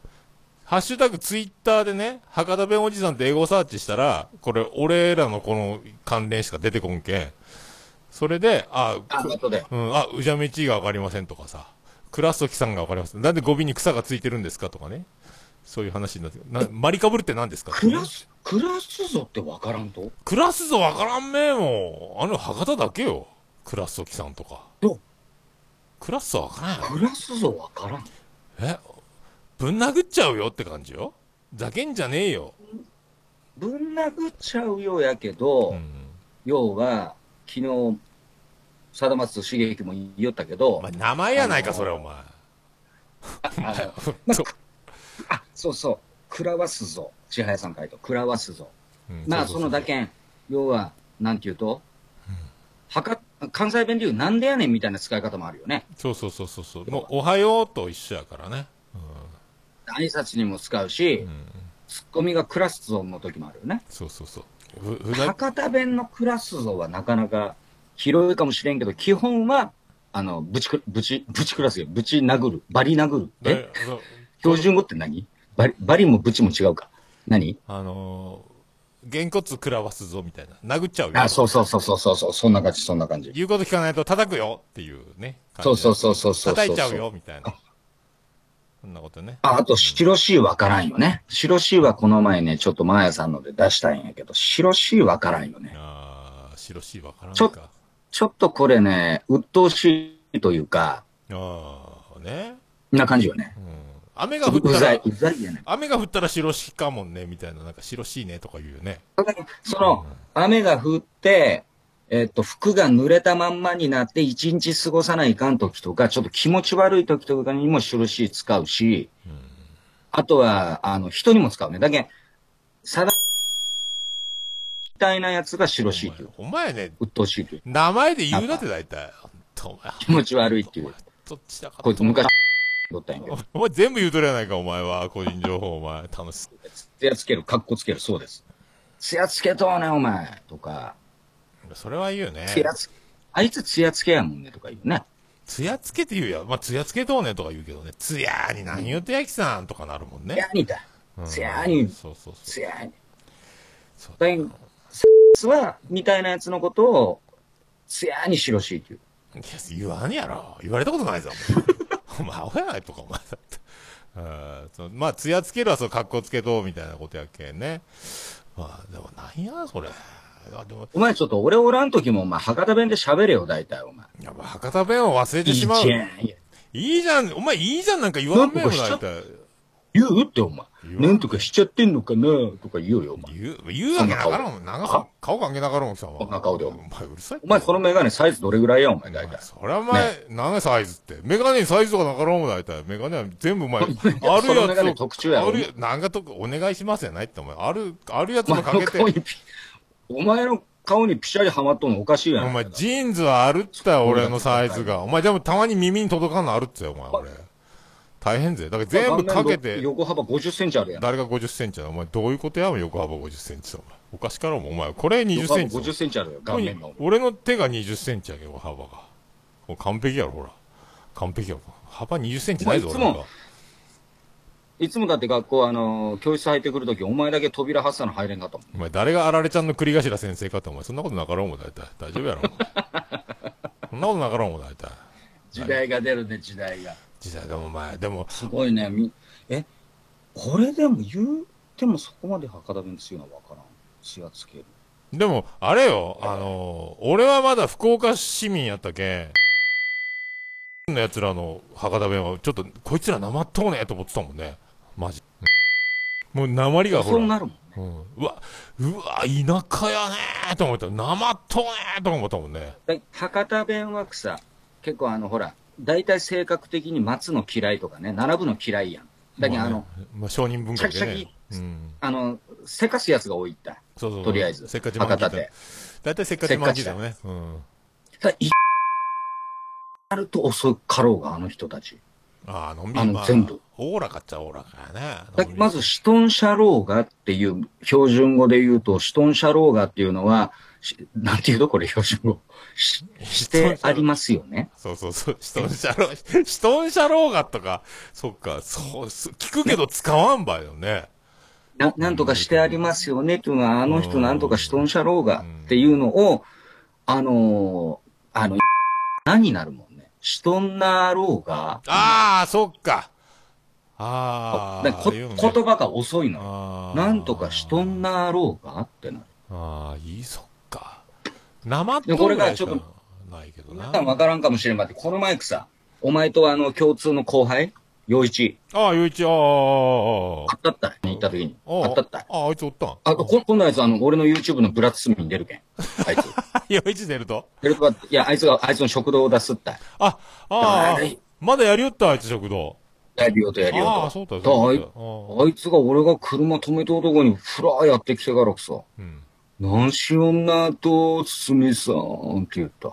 Speaker 2: ハッシュタグツイッターでね、博多弁おじさんって英語サーチしたら、これ、俺らのこの関連しか出てこんけん。それで、あ、
Speaker 1: あ、
Speaker 2: く
Speaker 1: 後で。
Speaker 2: うん、あ、うじゃめちがわかりませんとかさ、クラストキさんがわかりません。なんでゴミに草がついてるんですかとかね。そういう話になって、な マリカブルって何ですか
Speaker 1: 暮らす、暮らすぞってわからんと
Speaker 2: クラスぞわからんめえもん。あの博多だけよ。クラストキさんとか。
Speaker 1: よ
Speaker 2: クラスぞわからんよ。
Speaker 1: 暮らすぞわからん。
Speaker 2: えぶん殴っちゃうよって感じよ。ざけんじゃねえよ。
Speaker 1: ぶん殴っちゃうようやけど、
Speaker 2: うん。
Speaker 1: 要は、昨日、さだまつしげきも言いよったけど、
Speaker 2: お前、名前やないか、
Speaker 1: あのー
Speaker 2: それ、お前。
Speaker 1: あ のまあ、くあそうそう、食らわすぞ、千早さんからと、食らわすぞ。
Speaker 2: うん
Speaker 1: まあ、そのだ。けん、要は、なんていうと、はか関西弁でいう、なんでやねんみたいな使い方もあるよね。
Speaker 2: そうそうそうそうそうそう。もう、おはようと一緒やからね。
Speaker 1: 挨拶にも使うし、
Speaker 2: うん。
Speaker 1: ツッコミがクラスゾの時もあるよね。
Speaker 2: そうそうそう。ふ、ふざ
Speaker 1: 博多弁のクラス像はなかなか広いかもしれんけど、基本は、あの、ぶちく、ぶち、ぶちクラスよ。ぶち殴る。バリ殴る。え
Speaker 2: だそう
Speaker 1: 標準語って何バリ、バリもぶちも違うか。何
Speaker 2: あのー、げんこつ食らわすぞ、みたいな。殴っちゃうよ。
Speaker 1: あ、そうそうそうそうそうそう。そんな感じ、そんな感じ。
Speaker 2: 言うこと聞かないと叩くよっていうね。感じ
Speaker 1: そうそうそうそうそうそう。
Speaker 2: 叩いちゃうよ、みたいな。そんなことね。
Speaker 1: あ、あと、白 C わからんよね。白 C はこの前ね、ちょっとマーヤさんので出したいんやけど、白 C わからんよね。
Speaker 2: あー、白 C わからん
Speaker 1: ちょっ
Speaker 2: か。
Speaker 1: ちょっとこれね、鬱陶しいというか、
Speaker 2: あー、ね。
Speaker 1: な感じよね
Speaker 2: う。ん。雨が降っ
Speaker 1: う
Speaker 2: た
Speaker 1: ざい
Speaker 2: ら、、
Speaker 1: うざいじゃない。
Speaker 2: 雨が降ったら白 C かもんね、みたいな。なんか白 C ね、とか言うよね。
Speaker 1: その、雨が降って、えっと、服が濡れたまんまになって、一日過ごさないかん時とか、ちょっと気持ち悪い時とかにも印使うし、あとは、あの、人にも使うね。だけん、さだ、みたいなやつが白しいっていう。
Speaker 2: お前お前ね、
Speaker 1: 鬱陶しいっていう。
Speaker 2: 名前で言うなって大体。ほんとお前、
Speaker 1: 気持ち悪いっていう。
Speaker 2: どっちだか。
Speaker 1: こいつ昔、取ったんやけど。
Speaker 2: お前全部言うとるやないか、お前は。個人情報、お前。楽しそう。
Speaker 1: つやつける、かっこつける、そうです。つやつけとうね、お前。とか、
Speaker 2: それは言うよね。
Speaker 1: つやつ、あいつつやつけやもんね、とか言うね。
Speaker 2: つやつけって言うやん。まあ、つやつけとうねとか言うけどね。つやーに何言うてやきさんとかなるもん
Speaker 1: いや
Speaker 2: ね。、
Speaker 1: にだ。
Speaker 2: うん
Speaker 1: つやーに
Speaker 2: そうそうそう。
Speaker 1: つやい。
Speaker 2: そう
Speaker 1: だいつは、みたいなやつのことを、つやにしろしいっていう。
Speaker 2: いや、言わんやろ。言われたことないぞ。お前、 お前アホやないとか、お前だって。うんそうまあ、つやつけるはそう、格好つけとうみたいなことやけんね。まあ、でもなんや、それ。あでも、
Speaker 1: お前ちょっと俺おらん時も、お前博多弁で喋れよ、大体お前。
Speaker 2: やっぱ博多弁を忘れてしまう。い
Speaker 1: いや
Speaker 2: いじゃん。お前、いいじゃんなんか言わんめよ、
Speaker 1: なん
Speaker 2: だい
Speaker 1: かしち
Speaker 2: たい。
Speaker 1: 言うってお前。
Speaker 2: 言わん
Speaker 1: なんとかしちゃってんのかなとか言うよ、お前。
Speaker 2: 言う、言うわけなかろうもん。長さ、顔関係なかろうもん、さんは。
Speaker 1: こんな顔で
Speaker 2: お前、うるさいって。
Speaker 1: お前そのメガネサイズどれぐらいや、お前、大体。
Speaker 2: そりゃお前、何やサイズって。メガネにサイズとかなかろうもん大体。メガネは全部 お前、あるやつ
Speaker 1: そのメガ
Speaker 2: を
Speaker 1: ネ特注やろ
Speaker 2: あるやなんかとこ、お願いしますやないって、お前。ある、あるやつ
Speaker 1: お
Speaker 2: も
Speaker 1: 前
Speaker 2: か
Speaker 1: の
Speaker 2: けて。
Speaker 1: 顔にピ、お前の顔にピシャリハマっとんのおかしいや
Speaker 2: お
Speaker 1: ん。
Speaker 2: 前、ジーンズはあるってよ俺のサイズが。お前、でもたまに耳に届かんのあるってよ、お前、俺。大変ぜ。だから全部かけて、
Speaker 1: 横幅50センチあるやん。
Speaker 2: 誰が50センチだ。お前、どういうことやもん、横幅50センチだ、お前。おかしからんもん、お前。これ20
Speaker 1: 横
Speaker 2: セ
Speaker 1: 幅
Speaker 2: ンチだ。
Speaker 1: 50センチあるよ、顔面の。
Speaker 2: 俺の手が20センチやけど、幅が。もう完璧やろ、ほら。完璧やろ。幅20センチないぞ、
Speaker 1: お
Speaker 2: 俺
Speaker 1: 前いつも
Speaker 2: のが。
Speaker 1: いつもだって学校、あの、教室入ってくるとき、お前だけ扉挟んの入れんかったもん。
Speaker 2: お前、誰があられちゃんの栗頭先生かって、お前、そんなことなかろうもん、大体。大丈 夫やろ、お前そんなことなかろうもん、大体。
Speaker 1: 時代が出るね、時代が。
Speaker 2: 時代でも、お前、でも、
Speaker 1: すごいね。みえ、これでも言うてもそこまで博多弁強いのはわからん。血がつける。
Speaker 2: でも、あれよ、あのー俺はまだ福岡市民やったけん、の奴らの博多弁は、ちょっと、こいつらなまっとうねと思ってたもんね。マジ。もう、なまりがほ
Speaker 1: そう
Speaker 2: ら、
Speaker 1: なるもん。
Speaker 2: うん、うわ、うわ、田舎やねーと思った。なまっとうねーと思ったもんね。
Speaker 1: だ博多弁はさ、結構あの、ほら、大体性格的に待つの嫌いとかね、並ぶの嫌いやん。だけど、
Speaker 2: ま
Speaker 1: あ
Speaker 2: ね
Speaker 1: の、、
Speaker 2: まあ、商人文化
Speaker 1: シャ
Speaker 2: で
Speaker 1: キ
Speaker 2: ね。
Speaker 1: シャ
Speaker 2: うん。
Speaker 1: あの、せかすやつが多いった。
Speaker 2: そうそうそう。
Speaker 1: とりあえず
Speaker 2: せっかちマン
Speaker 1: 博
Speaker 2: キ
Speaker 1: 多
Speaker 2: ーだ
Speaker 1: で。。
Speaker 2: だいたいせっかちマンキーだよね。うん。
Speaker 1: ただ、い、なると遅かろうが、あの人たち。
Speaker 2: ああ、のんび
Speaker 1: あ
Speaker 2: り、
Speaker 1: の
Speaker 2: まあ
Speaker 1: 全部。
Speaker 2: おおらかっちゃおおらかやね。
Speaker 1: だまず、シトンシャローガっていう、標準語で言うと、シトンシャローガっていうのは、しなんていうのこれ標準語。し、してありますよね。
Speaker 2: そうそうそう、シトンシャロー、シトンシャローガとか、そっか、そう、す聞くけど使わんばよね。
Speaker 1: な、なんとかしてありますよねっていうのは、あの人なんとかシトンシャローガっていうのを、あのーあの、 何になるもんね。シトンナーローガ
Speaker 2: ああ、そっか。
Speaker 1: だ
Speaker 2: あ
Speaker 1: から
Speaker 2: あ、
Speaker 1: こ
Speaker 2: ああいうのね
Speaker 1: 言葉が遅いの。
Speaker 2: ああ
Speaker 1: なんとかシトンナーローガってなる。
Speaker 2: ああ、いい、そっか。生って
Speaker 1: これがちょっと
Speaker 2: ないけど
Speaker 1: 皆
Speaker 2: な。
Speaker 1: さんわ
Speaker 2: あ
Speaker 1: からんかもしれんばって、この前くさ、お前とあの共通の後輩、洋一、
Speaker 2: あ、ゆういち、ああ、あ
Speaker 1: あったったいに行った時に、
Speaker 2: あ、ああ
Speaker 1: あったったい。
Speaker 2: ああ、あいつおったん。
Speaker 1: あ、こ、こんなやつ、あの、俺の YouTube のブラッツスミに出るけん。あいつ。
Speaker 2: ゆういち出ると
Speaker 1: ヘルプはいや、あいつが、あいつの食堂を出すったい。
Speaker 2: あ、ああ
Speaker 1: だい、
Speaker 2: まだやりよった、あいつ食堂。
Speaker 1: やるよとやるよ
Speaker 2: あ
Speaker 1: と
Speaker 2: あ、。そうだ、
Speaker 1: だ
Speaker 2: そう
Speaker 1: い
Speaker 2: だ。ああ
Speaker 1: あいつが俺が車止めた男にフラーやってきてからくさ、
Speaker 2: うん。
Speaker 1: なんし女と堤さんって言った。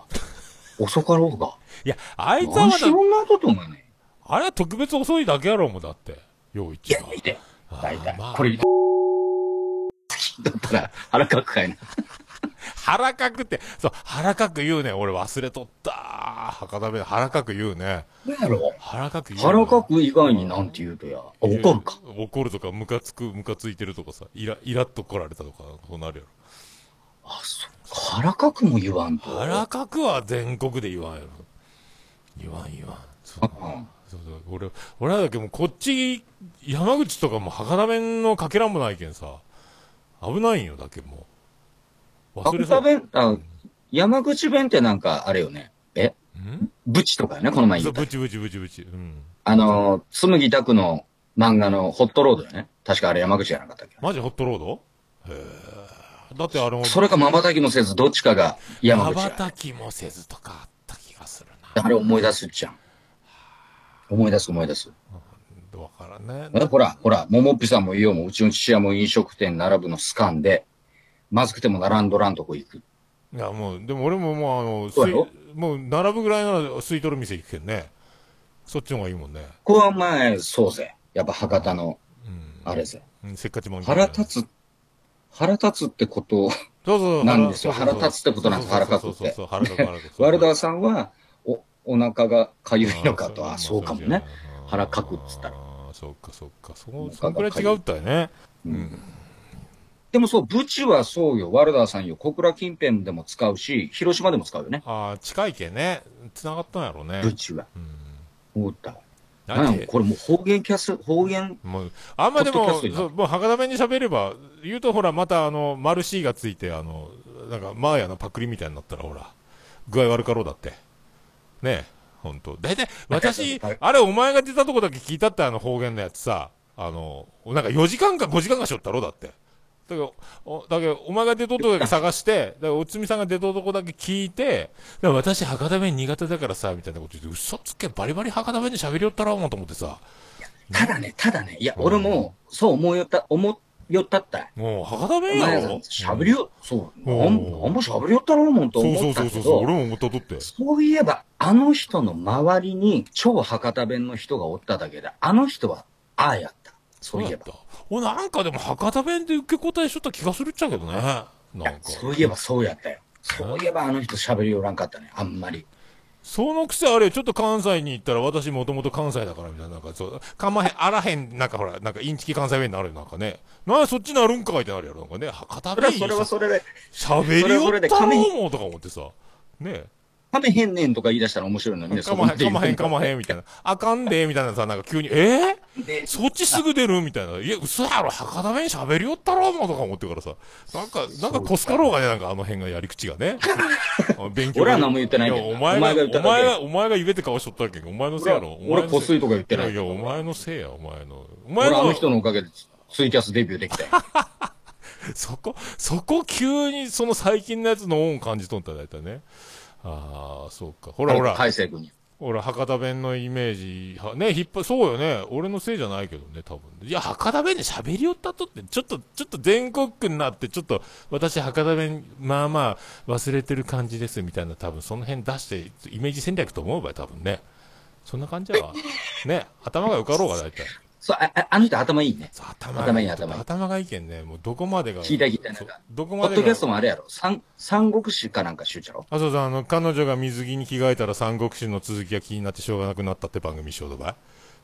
Speaker 1: 遅かろうが。
Speaker 2: いや、あいつは
Speaker 1: なん
Speaker 2: ま
Speaker 1: し
Speaker 2: だ、
Speaker 1: 女とと思うね。
Speaker 2: あれは特別遅いだけやろ、もうだって。ようい
Speaker 1: い
Speaker 2: ち
Speaker 1: や
Speaker 2: は。、
Speaker 1: いて。
Speaker 2: あー
Speaker 1: 大体
Speaker 2: まあ。
Speaker 1: これ、だったら腹かくかいな。
Speaker 2: 腹かくって、そう、腹かく言うね。俺忘れとった。博多弁、腹かく言うね。
Speaker 1: なんやろ
Speaker 2: 腹かく言う、ね。
Speaker 1: 腹かく以外になんて言うとや、あ怒るか。
Speaker 2: 言う。怒るとか、ムカつく、ムカついてるとかさ、イラ、イラっと来られたとか、そうなるやろ。
Speaker 1: あ、そう。腹かくも言わんと。
Speaker 2: 腹かくは全国で言わんやろ。言わん言わん。そう
Speaker 1: うん
Speaker 2: そうそう俺、俺はだけどもうこっち、山口とかも博多弁のかけらもないけんさ、危ないんよ、だけどもう。忘れ
Speaker 1: 秋
Speaker 2: そ
Speaker 1: 田
Speaker 2: う。
Speaker 1: 弁、あ、山口弁ってなんか、あれよね。え
Speaker 2: ん
Speaker 1: ブチとかよね、この前
Speaker 2: そ
Speaker 1: 言
Speaker 2: う、
Speaker 1: った
Speaker 2: ブ。チブチブチブチ。うん。
Speaker 1: あのー、紬ぎ拓の漫画のホットロードよね。確かあれ山口じゃなかったっけ
Speaker 2: マジホットロードへえ。だってあの、
Speaker 1: それか瞬きもせず、どっちかが山口
Speaker 2: まば
Speaker 1: や。
Speaker 2: たきもせずとかあった気がする
Speaker 1: あれ思い出すじゃん。思い出す思い出す。
Speaker 2: な。わからんね。
Speaker 1: えほら、ほら、ももっぴさんも言おうも、うちの父親も飲食店並ぶのスカンで、まずくても並んどらんとこ行く。
Speaker 2: いや、もう、でも俺ももうあの、
Speaker 1: そう
Speaker 2: 水
Speaker 1: やろ
Speaker 2: もう並ぶぐらいなら吸い取る店行くけんね。そっちの方がいいもんね。
Speaker 1: これはお前、そうぜ。やっぱ博多の、
Speaker 2: うん
Speaker 1: あれぜ。
Speaker 2: うん。せっかちもんみたいな
Speaker 1: 腹立つ、腹立つってことを、
Speaker 2: そうそうそう。
Speaker 1: なんですよ
Speaker 2: 腹そうそう
Speaker 1: 腹立つってことなんです
Speaker 2: そうそう
Speaker 1: 腹かくって
Speaker 2: そうそうそう、腹かく腹かく。
Speaker 1: ワルダーさんは、お、お腹がかゆいのかと、
Speaker 2: あー
Speaker 1: あ、そうかも
Speaker 2: じゃ
Speaker 1: ね
Speaker 2: ない。あー
Speaker 1: 腹かくっつったら
Speaker 2: あーそっかそっか。そ
Speaker 1: 腹、
Speaker 2: そんくらい違うったよね。
Speaker 1: うんでもそう、ブチはそうよ、ワルダーさんよ、小倉近辺でも使うし、広島でも使うよね、
Speaker 2: ああ、近いけんね。繋がったんやろうね。
Speaker 1: ブチは。
Speaker 2: うん。
Speaker 1: 思った。
Speaker 2: だっ
Speaker 1: なん
Speaker 2: て
Speaker 1: やこれもう方言キャス、方言、
Speaker 2: もう、あんまで
Speaker 1: ポッド
Speaker 2: も、
Speaker 1: キャストになる
Speaker 2: そうもう、博多弁に喋れば、言うとほら、また、あの、マルシーがついて、あの、なんか、マーヤのパクリみたいになったら、ほら、具合悪かろうだって。ねえ、ほんと。だいたい、私
Speaker 1: はい、
Speaker 2: あれ、お前が出たとこだけ聞いたって、あの方言のやつさ、あの、なんか4時間か5時間かしょったろ、だって。だけど、おだけどお前が出とったとこだけ探して、だからおつみさんが出とったとこだけ聞いて、だから私、博多弁苦手だからさ、みたいなこと言って、嘘つけ、バリバリ博多弁で喋りよったら、もうと思ってさ、
Speaker 1: ただね、ただね、いや、俺も、そう思いよった、思いよったったい。
Speaker 2: もう、博多
Speaker 1: お
Speaker 2: 弁や
Speaker 1: 前
Speaker 2: ろ。
Speaker 1: 喋りよ、そう、
Speaker 2: おう
Speaker 1: なんなんも喋りよったろうもんと
Speaker 2: そう
Speaker 1: 思
Speaker 2: そう
Speaker 1: った
Speaker 2: そう
Speaker 1: け
Speaker 2: そうそう、
Speaker 1: ど
Speaker 2: 俺、も思ったとって。
Speaker 1: そういえば、あの人の周りに超博多弁の人がおっただけで、あの人は、ああやった。そういえば。
Speaker 2: そうやった。俺なんかでも博多弁で受け答えしとった気がするっちゃけどね。なんか。
Speaker 1: そういえばそうやったよ。そういえばあの人喋りおらんかったね、あんまり。
Speaker 2: そのくせあれよ、ちょっと関西に行ったら私もともと関西だからみたいな、なんかそう、かまへん、あらへん、なんかほら、なんかインチキ関西弁になるよ、なんかね。なんやそっちなるんかいってなるやろ、なんかね。博多
Speaker 1: それは
Speaker 2: 弁
Speaker 1: それはそれで、
Speaker 2: 喋り
Speaker 1: それ
Speaker 2: よ
Speaker 1: はそ
Speaker 2: っ
Speaker 1: れで
Speaker 2: た
Speaker 1: 神
Speaker 2: ろもうとか思ってさ。ねえ。
Speaker 1: はめへんねんとか言い出したら面白いのにね、
Speaker 2: かまへん、かまへん、か
Speaker 1: ま
Speaker 2: まへん、みたいな。あかんで、みたいなさ、なんか急に、えー、そっちすぐ出るみたいな。いや、嘘やろ、博多弁喋りよったろ、もうとか思ってるからさ。なんか、なんかこすかろうがね、なんかあの辺がやり口が ね。勉
Speaker 1: 俺は何も言ってないけど
Speaker 2: やお前が、
Speaker 1: お前が言った
Speaker 2: お
Speaker 1: だけ
Speaker 2: 前が、お前が言えて顔しとったけん。お前のせいやろ。
Speaker 1: 俺
Speaker 2: お前のせ
Speaker 1: は俺こすいとか言ってない
Speaker 2: いやいや、お前のせいや、お前の。お
Speaker 1: 俺
Speaker 2: 前
Speaker 1: あの
Speaker 2: の、
Speaker 1: 人のおかげでツイキャスデビューできたよ。
Speaker 2: そこ、そこ急にその最近のやつの恩感じとんただいたね。ああ、そうか。ほらほら。
Speaker 1: 大成君に。
Speaker 2: 俺、博多弁のイメージ、はね、引っ張、そうよね。俺のせいじゃないけどね、多分。いや、博多弁で喋りよったとって、ちょっと、ちょっと全国区になって、ちょっと、私、博多弁、まあまあ、忘れてる感じです、みたいな、多分、その辺出して、イメージ戦略と思うばい、多分ね。そんな感じや わ。ね、頭が受かろうが、大体。
Speaker 1: そう、あ、ああの人頭いいね。
Speaker 2: そう頭が
Speaker 1: 頭いい頭いい
Speaker 2: 頭がいいけんね、もう、どこまでが。
Speaker 1: 聞いた聞いたなんか
Speaker 2: どこ
Speaker 1: ポ
Speaker 2: ま
Speaker 1: ッ
Speaker 2: で
Speaker 1: ドキャ
Speaker 2: が
Speaker 1: ス。トもあれやろ。三、三国志かなんか集ちゃろ。
Speaker 2: あ、そうそう、あの、彼女が水着に着替えたら三国志の続きが気になってしょうがなくなったって番組しようとばい。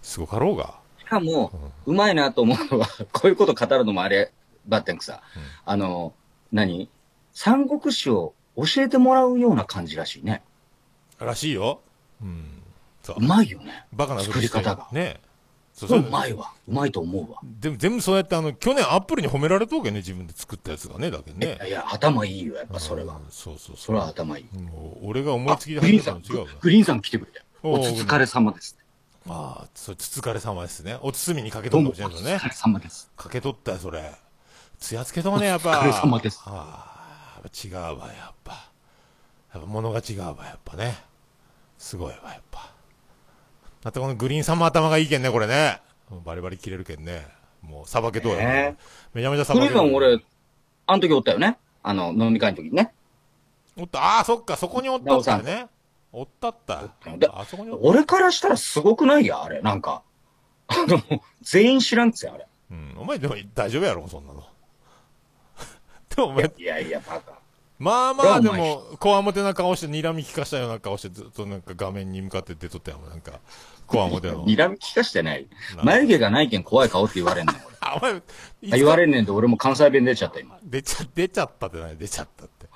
Speaker 2: すごかろうが。
Speaker 1: しかも、うまいなと思うのは、 こういうこと語るのもあれ、バッテンクさ。あの、何三国志を教えてもらうような感じらしいね。
Speaker 2: らしいよ。うん。そう
Speaker 1: う。まいよね。
Speaker 2: バカなふりして
Speaker 1: 作り方が
Speaker 2: ね。そうう
Speaker 1: まいわ。うまいと思うわ。
Speaker 2: でも全部そうやって、あの、去年アップルに褒められとうけね、自分で作ったやつがね、だけどね
Speaker 1: い。や、頭いいよ、やっぱそれは
Speaker 2: うん。そうそうそ
Speaker 1: それは頭いい。
Speaker 2: う。もう俺が思い
Speaker 1: あ
Speaker 2: つきで
Speaker 1: グリーン
Speaker 2: 始
Speaker 1: さ
Speaker 2: め
Speaker 1: ん、
Speaker 2: たの違うな
Speaker 1: グリーンさん来てくれたよ。
Speaker 2: お
Speaker 1: お
Speaker 2: ー
Speaker 1: 疲れ様です。
Speaker 2: ああ、そう、つつかれ様ですね。お包みにかけと
Speaker 1: ど
Speaker 2: る
Speaker 1: う
Speaker 2: か
Speaker 1: も、お
Speaker 2: もしれんのね
Speaker 1: 疲。れ様です。
Speaker 2: かけとったよ、それ。つやつけとんね、やっぱ。
Speaker 1: お疲れ様です
Speaker 2: ああ、やっぱ違うわ、やっぱ。やっぱ物が違うわ、やっぱね。すごいわ、やっぱ。あとこのグリーンさんも頭がいいけんね、これね。バリバリ切れるけんね。もう、さばけとうよ、
Speaker 1: ね
Speaker 2: めちゃめちゃさ
Speaker 1: グ
Speaker 2: ば
Speaker 1: リ
Speaker 2: け
Speaker 1: ーン
Speaker 2: る
Speaker 1: さん、俺、あの時おったよね。あの、飲み会の時にね。
Speaker 2: おった、ああー、そっか、そこにおったったね。おったった
Speaker 1: おった。
Speaker 2: あそこにおった。
Speaker 1: 俺からしたらすごくないや、あれ。なんか。あの、全員知らんっつや、あれ。
Speaker 2: うん、お前でも大丈夫やろ、そんなの。 でもお前、
Speaker 1: いやいや、バカ。
Speaker 2: まあまあ、
Speaker 1: これ
Speaker 2: で
Speaker 1: はお前
Speaker 2: も、こわもてな顔して、睨み利かしたような顔して、ずっとなんか画面に向かって出とったやん、なんか、こわもての。
Speaker 1: 睨み聞かしてない
Speaker 2: な。
Speaker 1: 眉毛がないけん怖い顔って言われんねん。俺
Speaker 2: あ、お 前、いつ
Speaker 1: あ言われんねんって俺も関西弁出ちゃった、今。
Speaker 2: 出ちゃ、出ちゃったってない、出ちゃったって。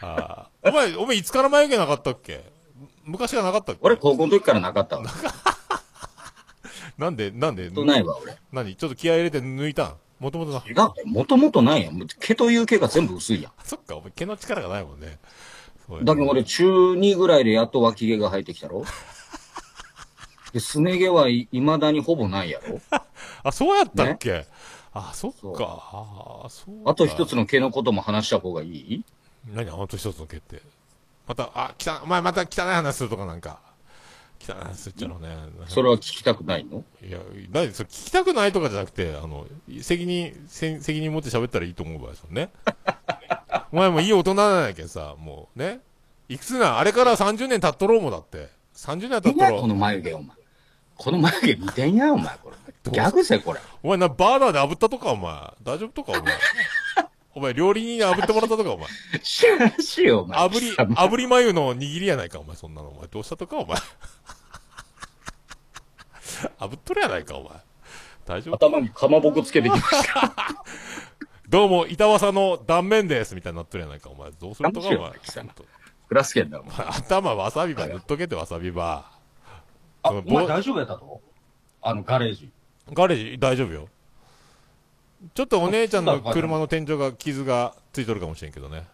Speaker 2: ああ。お前、お前、いつから眉毛なかったっけ昔がなかったっけ
Speaker 1: 俺、高校の時からなかっ たわ。ずっ
Speaker 2: なんで、なんで、
Speaker 1: とないわ、俺。
Speaker 2: 何ちょっと気合い入れて抜いたんもともとな。
Speaker 1: 違う。もともとないやん。毛という毛が全部薄いやん。
Speaker 2: そっか、お前、毛の力がないもんね。そうや
Speaker 1: だけど俺、中2ぐらいでやっと脇毛が生えてき たろで、すね毛はいまだにほぼないやろ
Speaker 2: あ、そうやったっけ、あ、そっか。
Speaker 1: そう
Speaker 2: ああ、そうか。
Speaker 1: あと一つの毛のことも話した方がいい
Speaker 2: 何あと一つの決定。また、あ、汚い、お前また汚い話するとかなんか。汚い話するっちゃろうね。
Speaker 1: それは聞きたくないの
Speaker 2: いや、何それ聞きたくないとかじゃなくて、あの、責任、せ責任持って喋ったらいいと思う場合ですよ ね。お前もいい大人なんやけんさ、もうね。いくつなんあれから30年経っとろうもんだって。30年経っ
Speaker 1: 見
Speaker 2: と
Speaker 1: な
Speaker 2: ろ
Speaker 1: こ
Speaker 2: う。
Speaker 1: の眉毛、お前。この眉毛見てんや、お前、これ。
Speaker 2: う
Speaker 1: ギャグせ、これ。
Speaker 2: お前な、バーナーで炙ったとか、お前。大丈夫とか、お前。お前、料理人に炙ってもらったとか、お前。
Speaker 1: 知らんしよ、お前。
Speaker 2: 炙り、炙り眉の握りやないか、お前、そんなの。お前、どうしたとか、お前。 炙っとるやないか、お前。大丈夫
Speaker 1: 頭にかまぼこつけてきました。
Speaker 2: どうも、板わさの断面です、みたいになっとるやないか、お前。どうするとか、お前。
Speaker 1: やめてよ
Speaker 2: ほんと
Speaker 1: クラスケンだ、お前。
Speaker 2: お前頭、わさびば塗っとけて、わさびば。
Speaker 1: あ、
Speaker 2: その
Speaker 1: お
Speaker 2: ぼ
Speaker 1: 前大丈夫やったとあの、ガレージ。
Speaker 2: ガレージ、大丈夫よ。ちょっとお姉ちゃんの車の天井が、傷がついとるかもしれんけどね。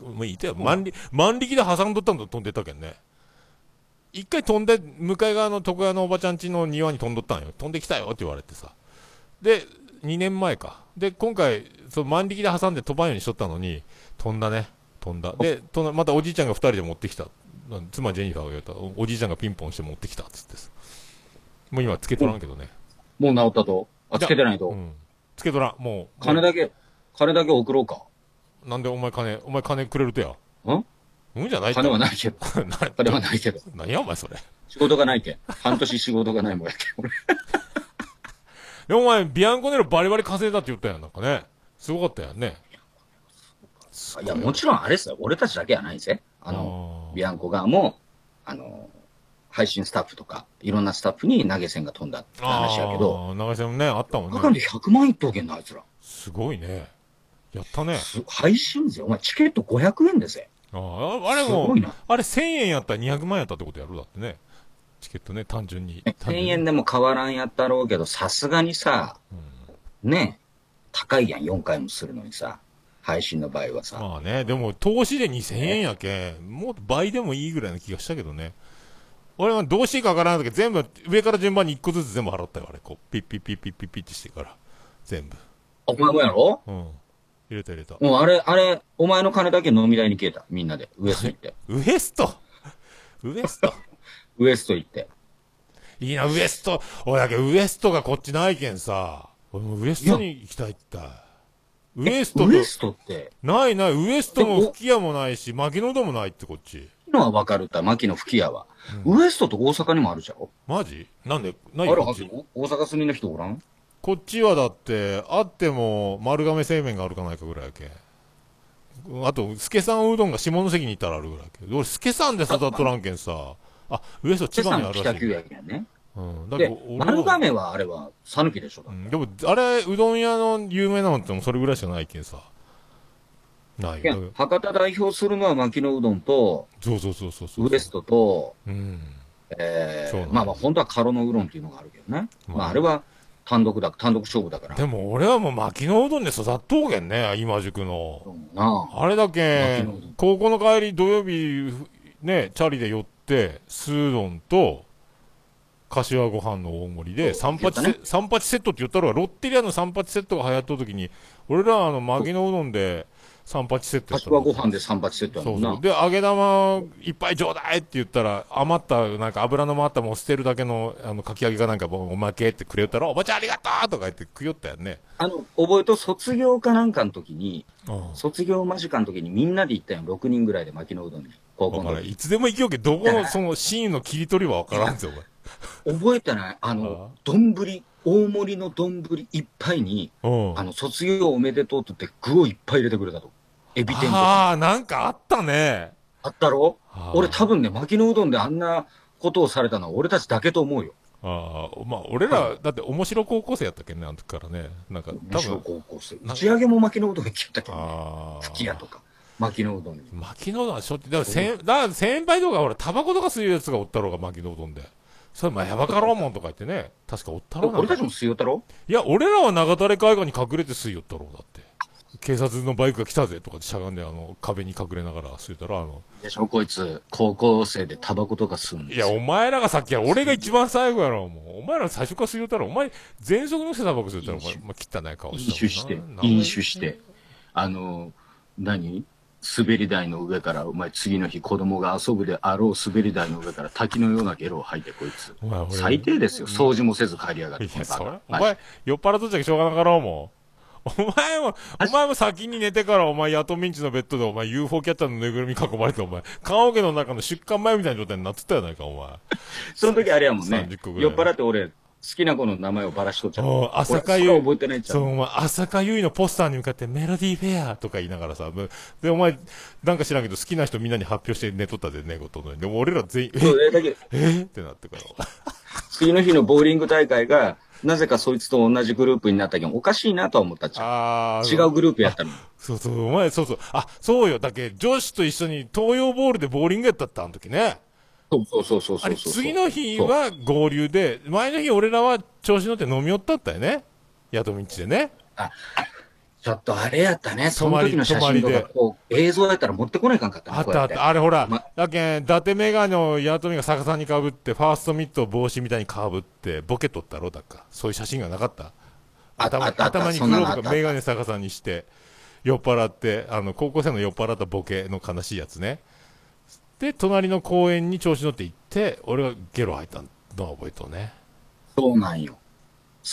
Speaker 2: もういいてよ、万力、万力で挟んどったんと飛んでったけんね。一回飛んで、向かい側の床屋のおばちゃん家の庭に飛んどったんよ。飛んできたよって言われてさ。で、2年前か。で、今回、その万力で挟んで飛ばんようにしとったのに、飛んだね。飛んだ。で、飛んだまたおじいちゃんが2人で持ってきた。なん妻ジェニファーが言ったおおじいちゃんがピンポンして持ってきたっつってさ。もう今つけとらんけどね。
Speaker 1: もう治ったとあ、つけてないと。
Speaker 2: うん。つけとらん。もう。
Speaker 1: 金だけ、金だけ送ろうか。
Speaker 2: なんでお前金、お前金くれるとや。
Speaker 1: ん
Speaker 2: うんじゃない
Speaker 1: 金は
Speaker 2: ない。
Speaker 1: ないけど。
Speaker 2: な
Speaker 1: 金はないけど。
Speaker 2: 何やお前それ。
Speaker 1: 仕事がないけん。半年仕事がないもんやけん。俺
Speaker 2: で、お前、ビアンコネロバリバリ稼いだって言ったやん、なんかね。すごかったやんね。
Speaker 1: いや、もちろんあれっすよ。俺たちだけじゃないぜ。あの
Speaker 2: あ、ー
Speaker 1: ビアンコ側も、あの、配信スタッフとか、いろんなスタッフに投げ銭が飛んだって話やけど、
Speaker 2: あー、長瀬もね、あったも
Speaker 1: 中間
Speaker 2: んね。
Speaker 1: で100万いっとうけんな、あいつら。
Speaker 2: すごいね。やったね。
Speaker 1: す配信税、お前チケット500円ですぜ。
Speaker 2: あああれ
Speaker 1: す
Speaker 2: も
Speaker 1: ごいな、
Speaker 2: あれ1000円やったら200万やったってことやろだってね。チケットね、単純に。単純
Speaker 1: 1000
Speaker 2: に
Speaker 1: 円でも変わらんやったろうけど、さすがにさ、ね、高いやん、4回もするのにさ、配信の場合はさ。
Speaker 2: まあね、でも投資で2000円やけん、もう倍でもいいぐらいの気がしたけどね。俺はどうしていいかわからんけど、全部、上から順番に1個ずつ全部払ったよ、あれ。こう、ピッピッピッピッピッピッってしてから。全部。
Speaker 1: お前もやろ
Speaker 2: うん。入れた入れた。
Speaker 1: もうあれ、あれ、お前の金だけ飲み代に消えた、みんなで。ウエスト行って。
Speaker 2: ウエストウエスト
Speaker 1: ウエスト行って。
Speaker 2: いいな、ウエスト俺だけウエストがこっちないけんさ。俺もウエストに行きたいって。ウエストと
Speaker 1: ウ、エストって、
Speaker 2: ないない、ウエストも
Speaker 1: でお
Speaker 2: 吹き矢もないし、牧野戸もないってこっち。
Speaker 1: のは分かるった、牧野吹屋は。ウエストと大阪にもあるじゃん。
Speaker 2: マジなんでな
Speaker 1: あ
Speaker 2: い
Speaker 1: る
Speaker 2: こ
Speaker 1: は
Speaker 2: っ
Speaker 1: ず
Speaker 2: ち。
Speaker 1: よ。大阪住みの人おらん
Speaker 2: こっちはだって、あっても丸亀製麺があるかないかぐらいやけ。あと、助さんうどんが下関に行ったらあるぐらいやけ。俺、助さんで育っとらんけんさ。あ、ウエスト
Speaker 1: チ
Speaker 2: 千
Speaker 1: ェさ
Speaker 2: 葉
Speaker 1: ん
Speaker 2: に
Speaker 1: の
Speaker 2: ある
Speaker 1: 北
Speaker 2: らし
Speaker 1: 九
Speaker 2: い。
Speaker 1: やけんね。
Speaker 2: うん。だけ
Speaker 1: で
Speaker 2: ど、、俺は
Speaker 1: 丸亀はあれは、讃岐でしょ。だ
Speaker 2: う
Speaker 1: って
Speaker 2: んでも、あれ、うどん屋の有名なのってもうそれぐらいしかないけんさ。ない
Speaker 1: いや
Speaker 2: よ。だか
Speaker 1: 博多代表するのは牧野うどんと、
Speaker 2: らそうそうそうそうそう。
Speaker 1: ウエストと、
Speaker 2: うん。
Speaker 1: え
Speaker 2: そうなんで
Speaker 1: ー
Speaker 2: す
Speaker 1: まあまあ、本当はカロのウロンっていうのがあるけどね。
Speaker 2: まあ
Speaker 1: まあ、あれは単独だ、単独勝負だから。
Speaker 2: でも俺はもう牧野うどんで育っとうけんね、今宿の。
Speaker 1: そうな
Speaker 2: あれだけ
Speaker 1: 牧野うどん、
Speaker 2: 高校の帰り、土曜日、ね、チャリで寄って、スードンと、柏ご飯の大盛りで、
Speaker 1: そう
Speaker 2: 三八
Speaker 1: 言
Speaker 2: セ、三八セットって言ったら、ロッテリアの三八セットが流行った時に、俺らあの、牧野うどんで、三八セットやった
Speaker 1: 柏
Speaker 2: の
Speaker 1: ご飯で三八セットや
Speaker 2: そ
Speaker 1: も
Speaker 2: うんそう。
Speaker 1: な。
Speaker 2: で、揚げ玉いっぱいちょうだいって言ったら、余った、なんか油の回ったもん捨てるだけの、あの、かき揚げかなんかもうおまけってくれよったら、おばちゃんありがとうとか言って食いよったよね。
Speaker 1: あの、覚えと卒業かなんかの時に、
Speaker 2: うん。
Speaker 1: 卒業間近の時にみんなで行ったよ、6人ぐらいで牧野うどんに。高校
Speaker 2: だから、
Speaker 1: の時。
Speaker 2: いつでも行きようけ、どこの、その、シーンの切り取りはわからんぞ、お前。
Speaker 1: 覚えてないあの
Speaker 2: ああ、
Speaker 1: 丼、大盛りの丼いっぱいに、
Speaker 2: うん。
Speaker 1: あの、卒業おめでとうって言って具をいっぱい入れてくれたと。エビ天とか。
Speaker 2: ああ、なんかあったね。
Speaker 1: あったろ
Speaker 2: あー
Speaker 1: 俺多分ね、牧野うどんであんなことをされたのは俺たちだけと思うよ。
Speaker 2: ああ、まあ、俺ら、だって面白高校生やったっけね、あの時からね。なんか、多
Speaker 1: むしろ
Speaker 2: 分。
Speaker 1: 高校生。
Speaker 2: な
Speaker 1: 打ち上げも牧野うどんに来たけどね。
Speaker 2: ああ。
Speaker 1: 吹き屋とか、牧野うどんに。
Speaker 2: 牧野うどんはしょって、だから先、だから先輩とか、ほら、タバコとか吸うやつがおったろうが、牧野うどんで。それ、まあ、やばかろうもんとか言ってね。確かおったろうな。
Speaker 1: 俺たちも水曜太郎
Speaker 2: いや、俺らは長垂れ海岸に隠れて吸いよったろう、だって。警察のバイクが来たぜとかってしゃがんで、あの、壁に隠れながら吸いたら、あの、
Speaker 1: でしょこいつ、高校生でタバコとか吸うんで
Speaker 2: い
Speaker 1: す
Speaker 2: や、
Speaker 1: よ。
Speaker 2: お前らがさっきや、俺が一番最後やろ、もう。お前ら最初から吸いよったら、お前、全職の人タバコ吸いよったら、お前、まあ、汚い顔
Speaker 1: 飲酒し
Speaker 2: してたもんな。、
Speaker 1: 飲酒して、あの、何滑り台の上から、お前次の日子供が遊ぶであろう滑り台の上から滝のようなゲロを吐いてこいつ。
Speaker 2: お前、俺。
Speaker 1: 最低ですよ。掃除もせず帰りやがって。
Speaker 2: いや、それ、お
Speaker 1: バカ
Speaker 2: 前、酔っ払っとっちゃけしょうがなかろうもん。お前も、お前も先に寝てから、お前、ヤトミンチのベッドで、お前、UFO キャッチャーのぬいぐるみに囲まれて、お前、棺桶の中の出棺前みたいな状態になってたやないか、お前。
Speaker 1: その時あれやもんね
Speaker 2: 30個。ぐらい
Speaker 1: 酔っ払って俺、好きな子の名前をばらしとっちゃう。
Speaker 2: おう朝香
Speaker 1: 俺
Speaker 2: ゆ
Speaker 1: それは覚えてないじゃ
Speaker 2: そう、お
Speaker 1: ん。
Speaker 2: 前、朝香ゆいのポスターに向かって、メロディーフェアとか言いながらさ、ぶで、お前、なんか知らんけど、好きな人みんなに発表して寝とったで、寝言のように。でも俺ら全員、え
Speaker 1: そう、だけど、
Speaker 2: えーってなって から。
Speaker 1: 次の日のボーリング大会が、なぜかそいつと同じグループになったけん、おかしいなとは思ったじゃん。
Speaker 2: あ
Speaker 1: 違うグループやったの。
Speaker 2: そうそう、お前、そうそう。あ、そうよ。だけ、女子と一緒に東洋ボールでボーリングやったった、あの時ね。
Speaker 1: そうそうそうそう
Speaker 2: あ
Speaker 1: そう
Speaker 2: れ、
Speaker 1: そう。
Speaker 2: 次の日は合流で、前の日俺らは調子乗って飲み寄ったったよね。宿道でね。
Speaker 1: ちょっとあれやったね。その
Speaker 2: 泊まり
Speaker 1: 時の写真と
Speaker 2: 泊ま
Speaker 1: か
Speaker 2: りで、
Speaker 1: こう、映像やったら持ってこないかんかったね
Speaker 2: あっ
Speaker 1: こう
Speaker 2: た
Speaker 1: や
Speaker 2: あ
Speaker 1: っ
Speaker 2: ってた。あれほら
Speaker 1: ま、
Speaker 2: だけん、伊達メガネを八乙女が逆さにかぶって、ファーストミットを帽子みたいにかぶって、ボケとったろ、だっか。そういう写真がなかった。
Speaker 1: あった
Speaker 2: 頭
Speaker 1: あったあった
Speaker 2: 頭に
Speaker 1: そんな
Speaker 2: 黒
Speaker 1: のあった
Speaker 2: とかメガネ逆さにして、酔っ払って、あの、高校生の酔っ払ったボケの悲しいやつね。で、隣の公園に調子乗って行って、俺がゲロ吐いたのは覚えとうね。
Speaker 1: そうなんよ。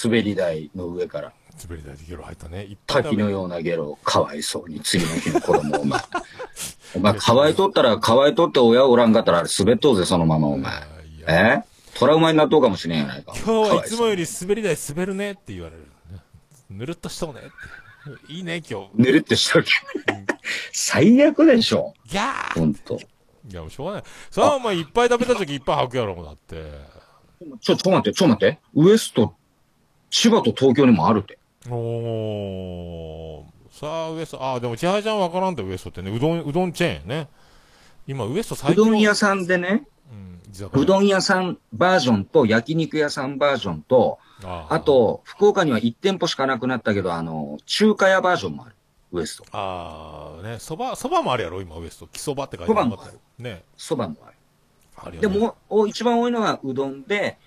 Speaker 1: 滑り台の上から、
Speaker 2: 滑り台でゲロ吐いたね。いっぱい食
Speaker 1: 滝
Speaker 2: べ
Speaker 1: のようなゲロ、かわいそうに、次の日の子供、お 前。お前、かわいとったら、かわいとって親おらんかったら、あれ滑っとうぜ、そのまま、お前。
Speaker 2: いや
Speaker 1: えトラウマになっとうかもしれんやないか。
Speaker 2: 今日はいつもよ
Speaker 1: り。
Speaker 2: り滑り台滑るねって言われる。ぬるっとしとうねって。いいね、今日。
Speaker 1: ぬるってしたけ最悪でしょ。
Speaker 2: ギャー
Speaker 1: ほんと。
Speaker 2: いや、もうしょうがない。それはお前いっぱい食べた時いっぱい吐くやろ、だって。
Speaker 1: ちょ、ちょ待って、ちょ待って。ウエスト、千葉と東京にもあるって。
Speaker 2: おー。さあ、ウエスト、あ、でも千葉ちゃんわからんって、ウエストってね。うどん、うどんチェーンね。今、ウエスト最
Speaker 1: う
Speaker 2: 強
Speaker 1: どん屋さんでね、
Speaker 2: うん、居酒屋
Speaker 1: うどん屋さんバージョンと焼肉屋さんバージョンと、
Speaker 2: あー
Speaker 1: あ、と、福岡には1店舗しかなくなったけど、あの、中華屋バージョンもある。ウエスト。
Speaker 2: ああ、ね、そば、そばもあるやろ、今、ウエスト。木そばって書いてなかった
Speaker 1: そばも
Speaker 2: ね。
Speaker 1: そばもある。
Speaker 2: あるよ
Speaker 1: で
Speaker 2: ね、
Speaker 1: も、お一番多いのはうどんで、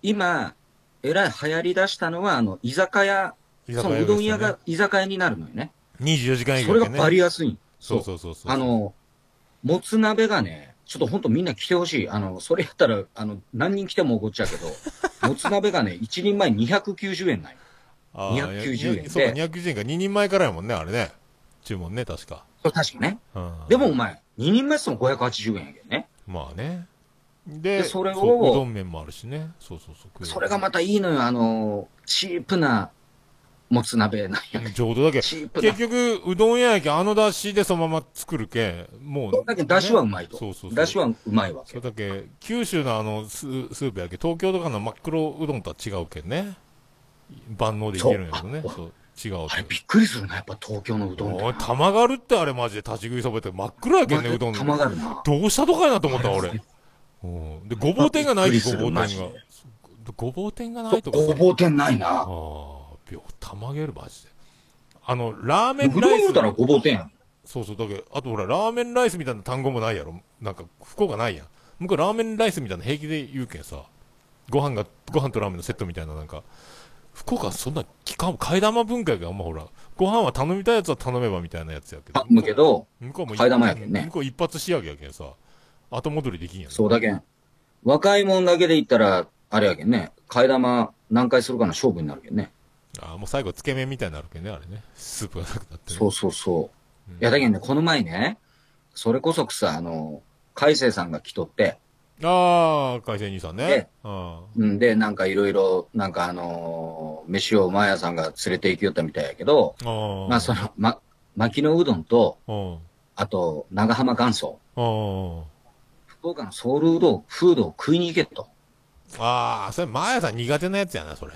Speaker 1: 今、えらい流行り出したのは、あの、居酒屋、
Speaker 2: 居
Speaker 1: そ
Speaker 2: 酒
Speaker 1: の
Speaker 2: 屋で
Speaker 1: う
Speaker 2: すよね
Speaker 1: どん屋が居酒屋になるのよね。
Speaker 2: 24時間営
Speaker 1: そ
Speaker 2: 業
Speaker 1: れ
Speaker 2: でね
Speaker 1: がバリ安いん。
Speaker 2: そうそうそうそう。
Speaker 1: あ、の、もつ鍋がね、ちょっとほんとみんな来てほしい。あの、それやったら、あの、何人来てもおごっちゃうけど、もつ鍋がね、1人前290円ない。
Speaker 2: あー
Speaker 1: 290円で
Speaker 2: そうか、290円か。2人前からやもんね、あれね。注文ね、確か。
Speaker 1: それ確かね。
Speaker 2: うん
Speaker 1: でもお、前、2人前っつっても580円やけどね。
Speaker 2: まあね。で、
Speaker 1: でそれを
Speaker 2: そううどん麺もあるしね。そうそうそう。
Speaker 1: それが
Speaker 2: ま
Speaker 1: またいいのよ、あの、チープな、もつ鍋なんや。
Speaker 2: ちょうどだけ。
Speaker 1: チープな
Speaker 2: 結。局、うどん屋やけん、あの出汁でそのまま作るけん、もう、
Speaker 1: だけど、だしはうまいと。
Speaker 2: そうそうそう
Speaker 1: だしはうまいわ
Speaker 2: そ
Speaker 1: け
Speaker 2: れ。だけ、九州のあのスースープやけ、東京とかの真っ黒うどんとは違うけんね。万能でいけるんやけどね。
Speaker 1: そう
Speaker 2: そう、違う
Speaker 1: あれ、
Speaker 2: け
Speaker 1: びっくりするな、やっぱ東京のうどんって
Speaker 2: おい、玉がるってあれマジで立ち食いそばって真っ黒やけんね、うどん。
Speaker 1: 玉があるな。
Speaker 2: どうしたとかやなと思った、俺。うん。で、ごぼう天がない
Speaker 1: び
Speaker 2: し、
Speaker 1: っくりする
Speaker 2: ごぼう天が
Speaker 1: マジで。
Speaker 2: ごぼう天がないとかさ。
Speaker 1: ごぼう天ないな。
Speaker 2: ああ、秒たまげる、マジで。あの、ラーメ
Speaker 1: う
Speaker 2: ン
Speaker 1: どん
Speaker 2: ライ
Speaker 1: 言
Speaker 2: ス
Speaker 1: う。たらごぼう天やん。
Speaker 2: そうそう、だけど、あとほら、ラーメンライスみたいな単語もないやろ。なんか、福岡ないやん。向こうラーメンライスみたいな平気で言うけんさ。ご飯が、ご飯とラーメンのセットみたいな、なんか、福岡はそんな、期間、替え玉文化があんまほら、ご飯は頼みたいやつは頼めばみたいなやつやけど。
Speaker 1: あむけど、
Speaker 2: 向こうも
Speaker 1: 替え玉やけんね
Speaker 2: 向こう一発仕上げやけんさ。後戻りできんやん。
Speaker 1: そうだけん。若いもんだけで言ったら、あれやけんね。替え玉何回するかの勝負になるけんね。
Speaker 2: ああ、もう最後、つけ麺みたいになるけんね、あれね。スープがなくなってね。
Speaker 1: そうそうそうう。
Speaker 2: ん
Speaker 1: いや、だけどね、この前ね、それこそくさ、あの、海星さんが来とって、
Speaker 2: ああ、海鮮兄さんね
Speaker 1: え。
Speaker 2: うん。
Speaker 1: うんで、なんかいろいろ、なんかあのー飯をマヤさんが連れて行きよったみたいやけど、
Speaker 2: ああ。
Speaker 1: まあその、ま、牧野うどんと、
Speaker 2: うん。うん。
Speaker 1: あと、長浜元祖、
Speaker 2: あ
Speaker 1: 福岡のソウルうどん、フードを食いに行けと。
Speaker 2: ああ、それ、マーヤさん苦手なやつやな、それ。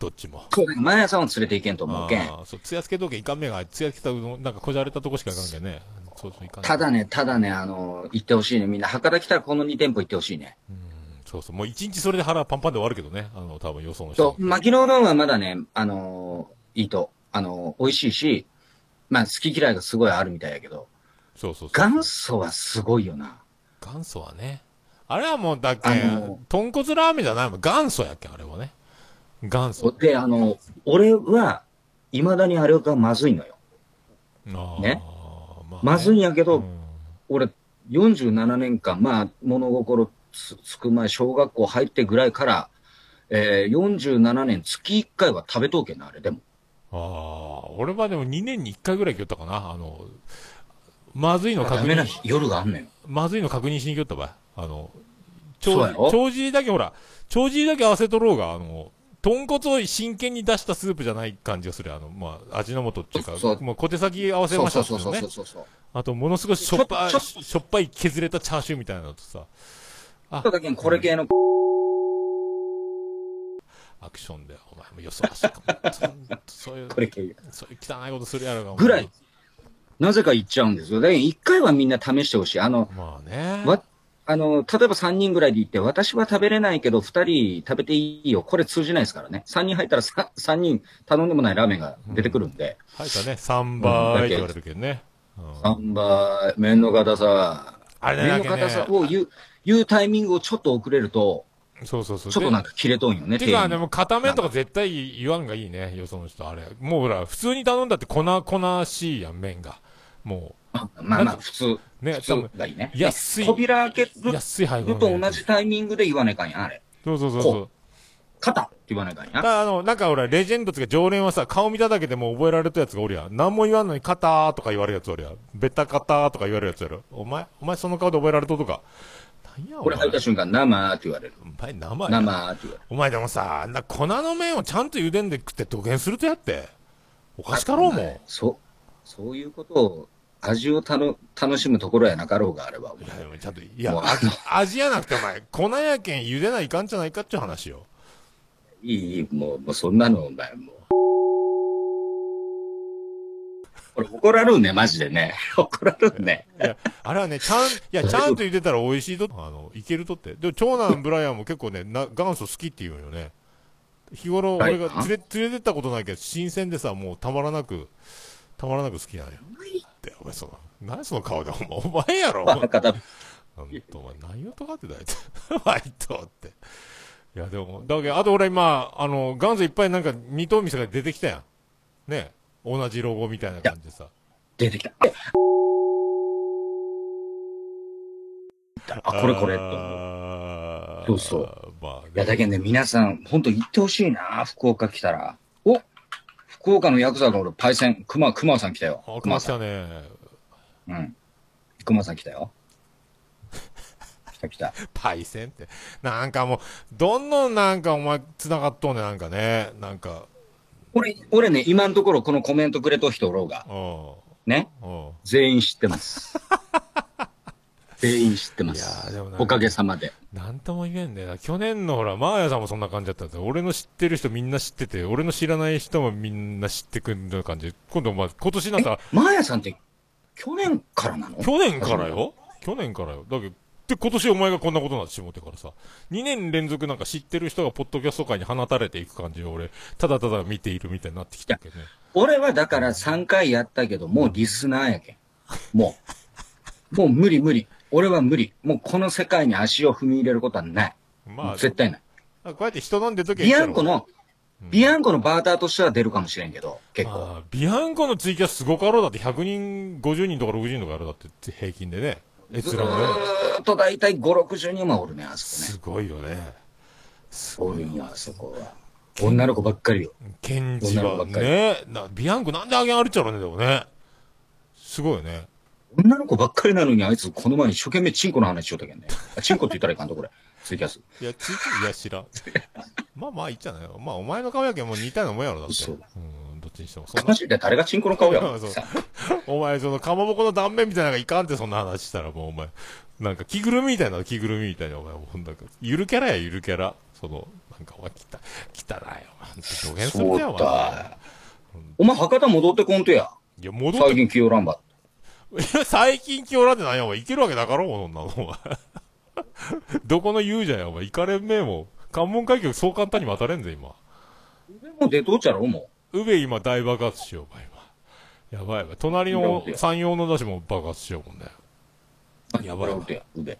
Speaker 2: どっちも。
Speaker 1: そうだけど、マヤさんを連れて行けんと思うけん。
Speaker 2: ああ、そう、つやつけとけいかんめが、つやつけたうどん、なんかこじゃれたとこしかいかんけんね。そうそう、いかん。
Speaker 1: ただね、ただね、あの、行ってほしいね。みんな、博多来たらこの2店舗行ってほしいね。
Speaker 2: うん、そうそう、もう一日それで腹パンパンで終わるけどね。あの、多分予想の人
Speaker 1: と、。牧野うどんはまだね、あの、いいと。あの、美味しいし、まあ、好き嫌いがすごいあるみたいやけど、
Speaker 2: そうそうそう。
Speaker 1: 元祖はすごいよな。
Speaker 2: 元祖はね。あれはもう、だっけ
Speaker 1: あの
Speaker 2: ん、豚骨ラーメンじゃないもん。元祖やっけん、あれはね。元祖。
Speaker 1: で、あの、俺は、未だにあれがまずいのよ。
Speaker 2: ああ、
Speaker 1: ね
Speaker 2: まあね
Speaker 1: まずいんやけ
Speaker 2: う
Speaker 1: ど、
Speaker 2: ん
Speaker 1: 俺、47年間、まあ、物心つつく前、小学校入ってぐらいから、えー、47年、月1回は食べとうけんな、あれでも。
Speaker 2: ああ、俺はでも2年に1回ぐらい来よったかな。あの、まずいの
Speaker 1: ダ
Speaker 2: 確
Speaker 1: メな
Speaker 2: 認
Speaker 1: 日夜があんのよ。
Speaker 2: まずいの確認しに行きよったばあの、
Speaker 1: そう
Speaker 2: 長
Speaker 1: やろ
Speaker 2: 長尻だけほら、長尻だけ合わせとろうが、あの、豚骨を真剣に出したスープじゃない感じがする。あの、まあ、味の素っていうか、
Speaker 1: そう
Speaker 2: もう小手先合わせ
Speaker 1: そ
Speaker 2: ま
Speaker 1: う
Speaker 2: した
Speaker 1: そう
Speaker 2: っす
Speaker 1: そう
Speaker 2: よね
Speaker 1: そう。そうそう。
Speaker 2: あと、ものすごいしょっぱい、
Speaker 1: ちょち
Speaker 2: しょっぱい削れたチャーシューみたいなのとさ、
Speaker 1: ただけんこれ系の、
Speaker 2: アクションで、お前もよそらしいかも。そそういう、
Speaker 1: これ系。
Speaker 2: そういう汚いことするやろが。お前
Speaker 1: ぐらい。なぜか言っちゃうんですよ。だけど一回はみんな試してほしい。あの、
Speaker 2: まあね。
Speaker 1: わ、あの、例えば3人ぐらいで行って、私は食べれないけど2人食べていいよ。これ通じないですからね。3人入ったら 3, 人頼んでもないラーメンが出てくるんで。
Speaker 2: 入ったね、3倍って言われるけどね。うん
Speaker 1: 3倍、麺の硬さ、
Speaker 2: あれね、だ
Speaker 1: 麺
Speaker 2: け
Speaker 1: の
Speaker 2: どね
Speaker 1: 硬さを言う、言うタイミングをちょっと遅れると、
Speaker 2: そうそうそう。
Speaker 1: ちょっとなんか切れとんよね、
Speaker 2: てか、で
Speaker 1: 店員
Speaker 2: も、片面とか絶対言わんがいいね、よその人、あれ。もうほら、普通に頼んだって粉、粉しいやん、麺が。も
Speaker 1: まあまあまあ、普通、
Speaker 2: う、ね、
Speaker 1: 普
Speaker 2: 多分
Speaker 1: 通がいいね。
Speaker 2: 安い、
Speaker 1: 扉開ける
Speaker 2: 安い配合
Speaker 1: のと同じタイミングで言わないかんや、あれ。
Speaker 2: そうそうそうそう。
Speaker 1: 肩って言わないかん
Speaker 2: た
Speaker 1: や。
Speaker 2: だ、あの、なんかほら、レジェンドとか常連はさ、顔見ただけでもう覚えられたやつがおりやん。何も言わんのに、肩とか言われるやつおりやん。ベタ肩とか言われるやつやろ。お前、お前その顔で覚えられととか。なんや、お
Speaker 1: これ
Speaker 2: 前。
Speaker 1: 入った瞬間、生って言われる。
Speaker 2: お前、生や。
Speaker 1: 生って言われる。
Speaker 2: お前でもさ、あんな粉の麺をちゃんと茹でんで食って土下するとやって。おかしかろうもん。
Speaker 1: そう。そういうことを、味をたの楽しむところやなかろうがあれば。
Speaker 2: いや、でもちゃんと、いや
Speaker 1: もう、
Speaker 2: あ味やなくてお前、粉やけん茹でないかんじゃないかっていう話よ。
Speaker 1: いい、いい、もう、もうそんなの、お前、もう。これ怒られるね、マジでね。 怒られるね。
Speaker 2: いや、あれはね、ちゃん、いや、ちゃんと言ってたら美味しいと、あの、いけるとって。でも、長男ブライアンも結構ね、な元祖好きって言うよね。日頃、俺が連れ、連れてったことないけど、新鮮でさ、もうたまらなく、たまらなく好きなのよ。って、お前その、何その顔で、お前、お前やろ、お前
Speaker 1: バカだ。
Speaker 2: なんと、お前何をとがってたいって。 バイトって。いや、でも、だけど、あと俺今、あの、元祖いっぱいなんか、二等店が出てきたやん。ね同じロゴみたいな感じでさ。
Speaker 1: 出てきた。あ、これこれ。と
Speaker 2: あー
Speaker 1: そうそう。
Speaker 2: まあ、ね、
Speaker 1: いや、だけどね、皆さん、本当行ってほしいな、福岡来たら。お福岡のヤクザの俺、パイセン、熊、熊さん来たよ
Speaker 2: あ、。来
Speaker 1: 熊
Speaker 2: まし
Speaker 1: さん。
Speaker 2: たね。
Speaker 1: うん。熊さん来たよ。来た来た。
Speaker 2: パイセンって。なんかもう、どんどんなんかお前、繋がっとんね、なんかね。なんか、
Speaker 1: 俺、俺ね、今のところこのコメントくれと人おろうが、
Speaker 2: うん。
Speaker 1: ね、
Speaker 2: うん。
Speaker 1: 全員知ってます。全員知ってま
Speaker 2: いや
Speaker 1: す
Speaker 2: ーでもなん。か
Speaker 1: おかげさまで。
Speaker 2: なんとも言えんね。去年のほら、マーヤさんもそんな感じだったんですよ。俺の知ってる人みんな知ってて、俺の知らない人もみんな知ってくんな感じ。今度、まあ、今年なんか、
Speaker 1: マーヤさんって、去年からなの
Speaker 2: 去年からよ去年からよ。だけど、で、今年お前がこんなことになってしもうてからさ、2年連続なんか知ってる人がポッドキャスト界に放たれていく感じを俺、ただただ見ているみたいになってきたけどね。
Speaker 1: 俺はだから3回やったけど、もうリスナーやけん。もう。もう無理無理。俺は無理。もうこの世界に足を踏み入れることはない。
Speaker 2: まあ、
Speaker 1: 絶対ない。
Speaker 2: こうやって人飲んでるときは
Speaker 1: ビアンコの、
Speaker 2: うん
Speaker 1: ビアンコのバーターとしては出るかもしれんけど、結構。
Speaker 2: ああビアンコのツイキャスすごかろうだって100人、50人とか60人とかあるだって平均でね。閲
Speaker 1: ず
Speaker 2: 覧がね。
Speaker 1: ーっと大体5、60人はおるね、あそこね。
Speaker 2: すごいよね。す
Speaker 1: おるんよ、あそこは。女の子ばっかりよ。
Speaker 2: ケンジ
Speaker 1: 女の子ば
Speaker 2: は
Speaker 1: っかり
Speaker 2: ね、なビアンコなんであげんあるっちゃろうね、でもね。すごいよね。
Speaker 1: 女の子ばっかりなのに、あいつこの前一生懸命チンコの話しようたけんね。あチンコって言ったらいかんと、これ。ツイキャス。
Speaker 2: いや、ついいや、知 らん。まあまあ、いいじゃないよ。まあ、お前の顔やけん、もう似たようなもんやろ、だって。、
Speaker 1: そううん
Speaker 2: どっちにしても。そん
Speaker 1: マ
Speaker 2: な、
Speaker 1: ジで誰がチンコの顔や
Speaker 2: そう
Speaker 1: さ
Speaker 2: お前、その、かまぼこの断面みたいなのがいかんって、そんな話したら、もうお前、なんか、着ぐるみみたいな、着ぐるみみたいな、お前、もうなんか、ゆるキャラや、ゆるキャラ。その、なんか、お前、きた、きたなよ、お前。土下する
Speaker 1: そう
Speaker 2: だよ、お前。
Speaker 1: だ。お前、博多戻ってこんとや。
Speaker 2: いや、戻って
Speaker 1: 最近、清らんば。
Speaker 2: いや、 最近今日なんてなんや、お前。いけるわけなかろう、そんなの、お前。 どこの勇者や、お前。行かれんめえもん。関門海峡そう簡単に渡れんぜ、今。
Speaker 1: もう出とうちゃろ、も
Speaker 2: 宇部今大爆発しよう、お前、今。やばい、やばい。隣の山陽の出しも爆発しよう、もんね。
Speaker 1: う。
Speaker 2: やばいわ
Speaker 1: 腕。腕。
Speaker 2: だ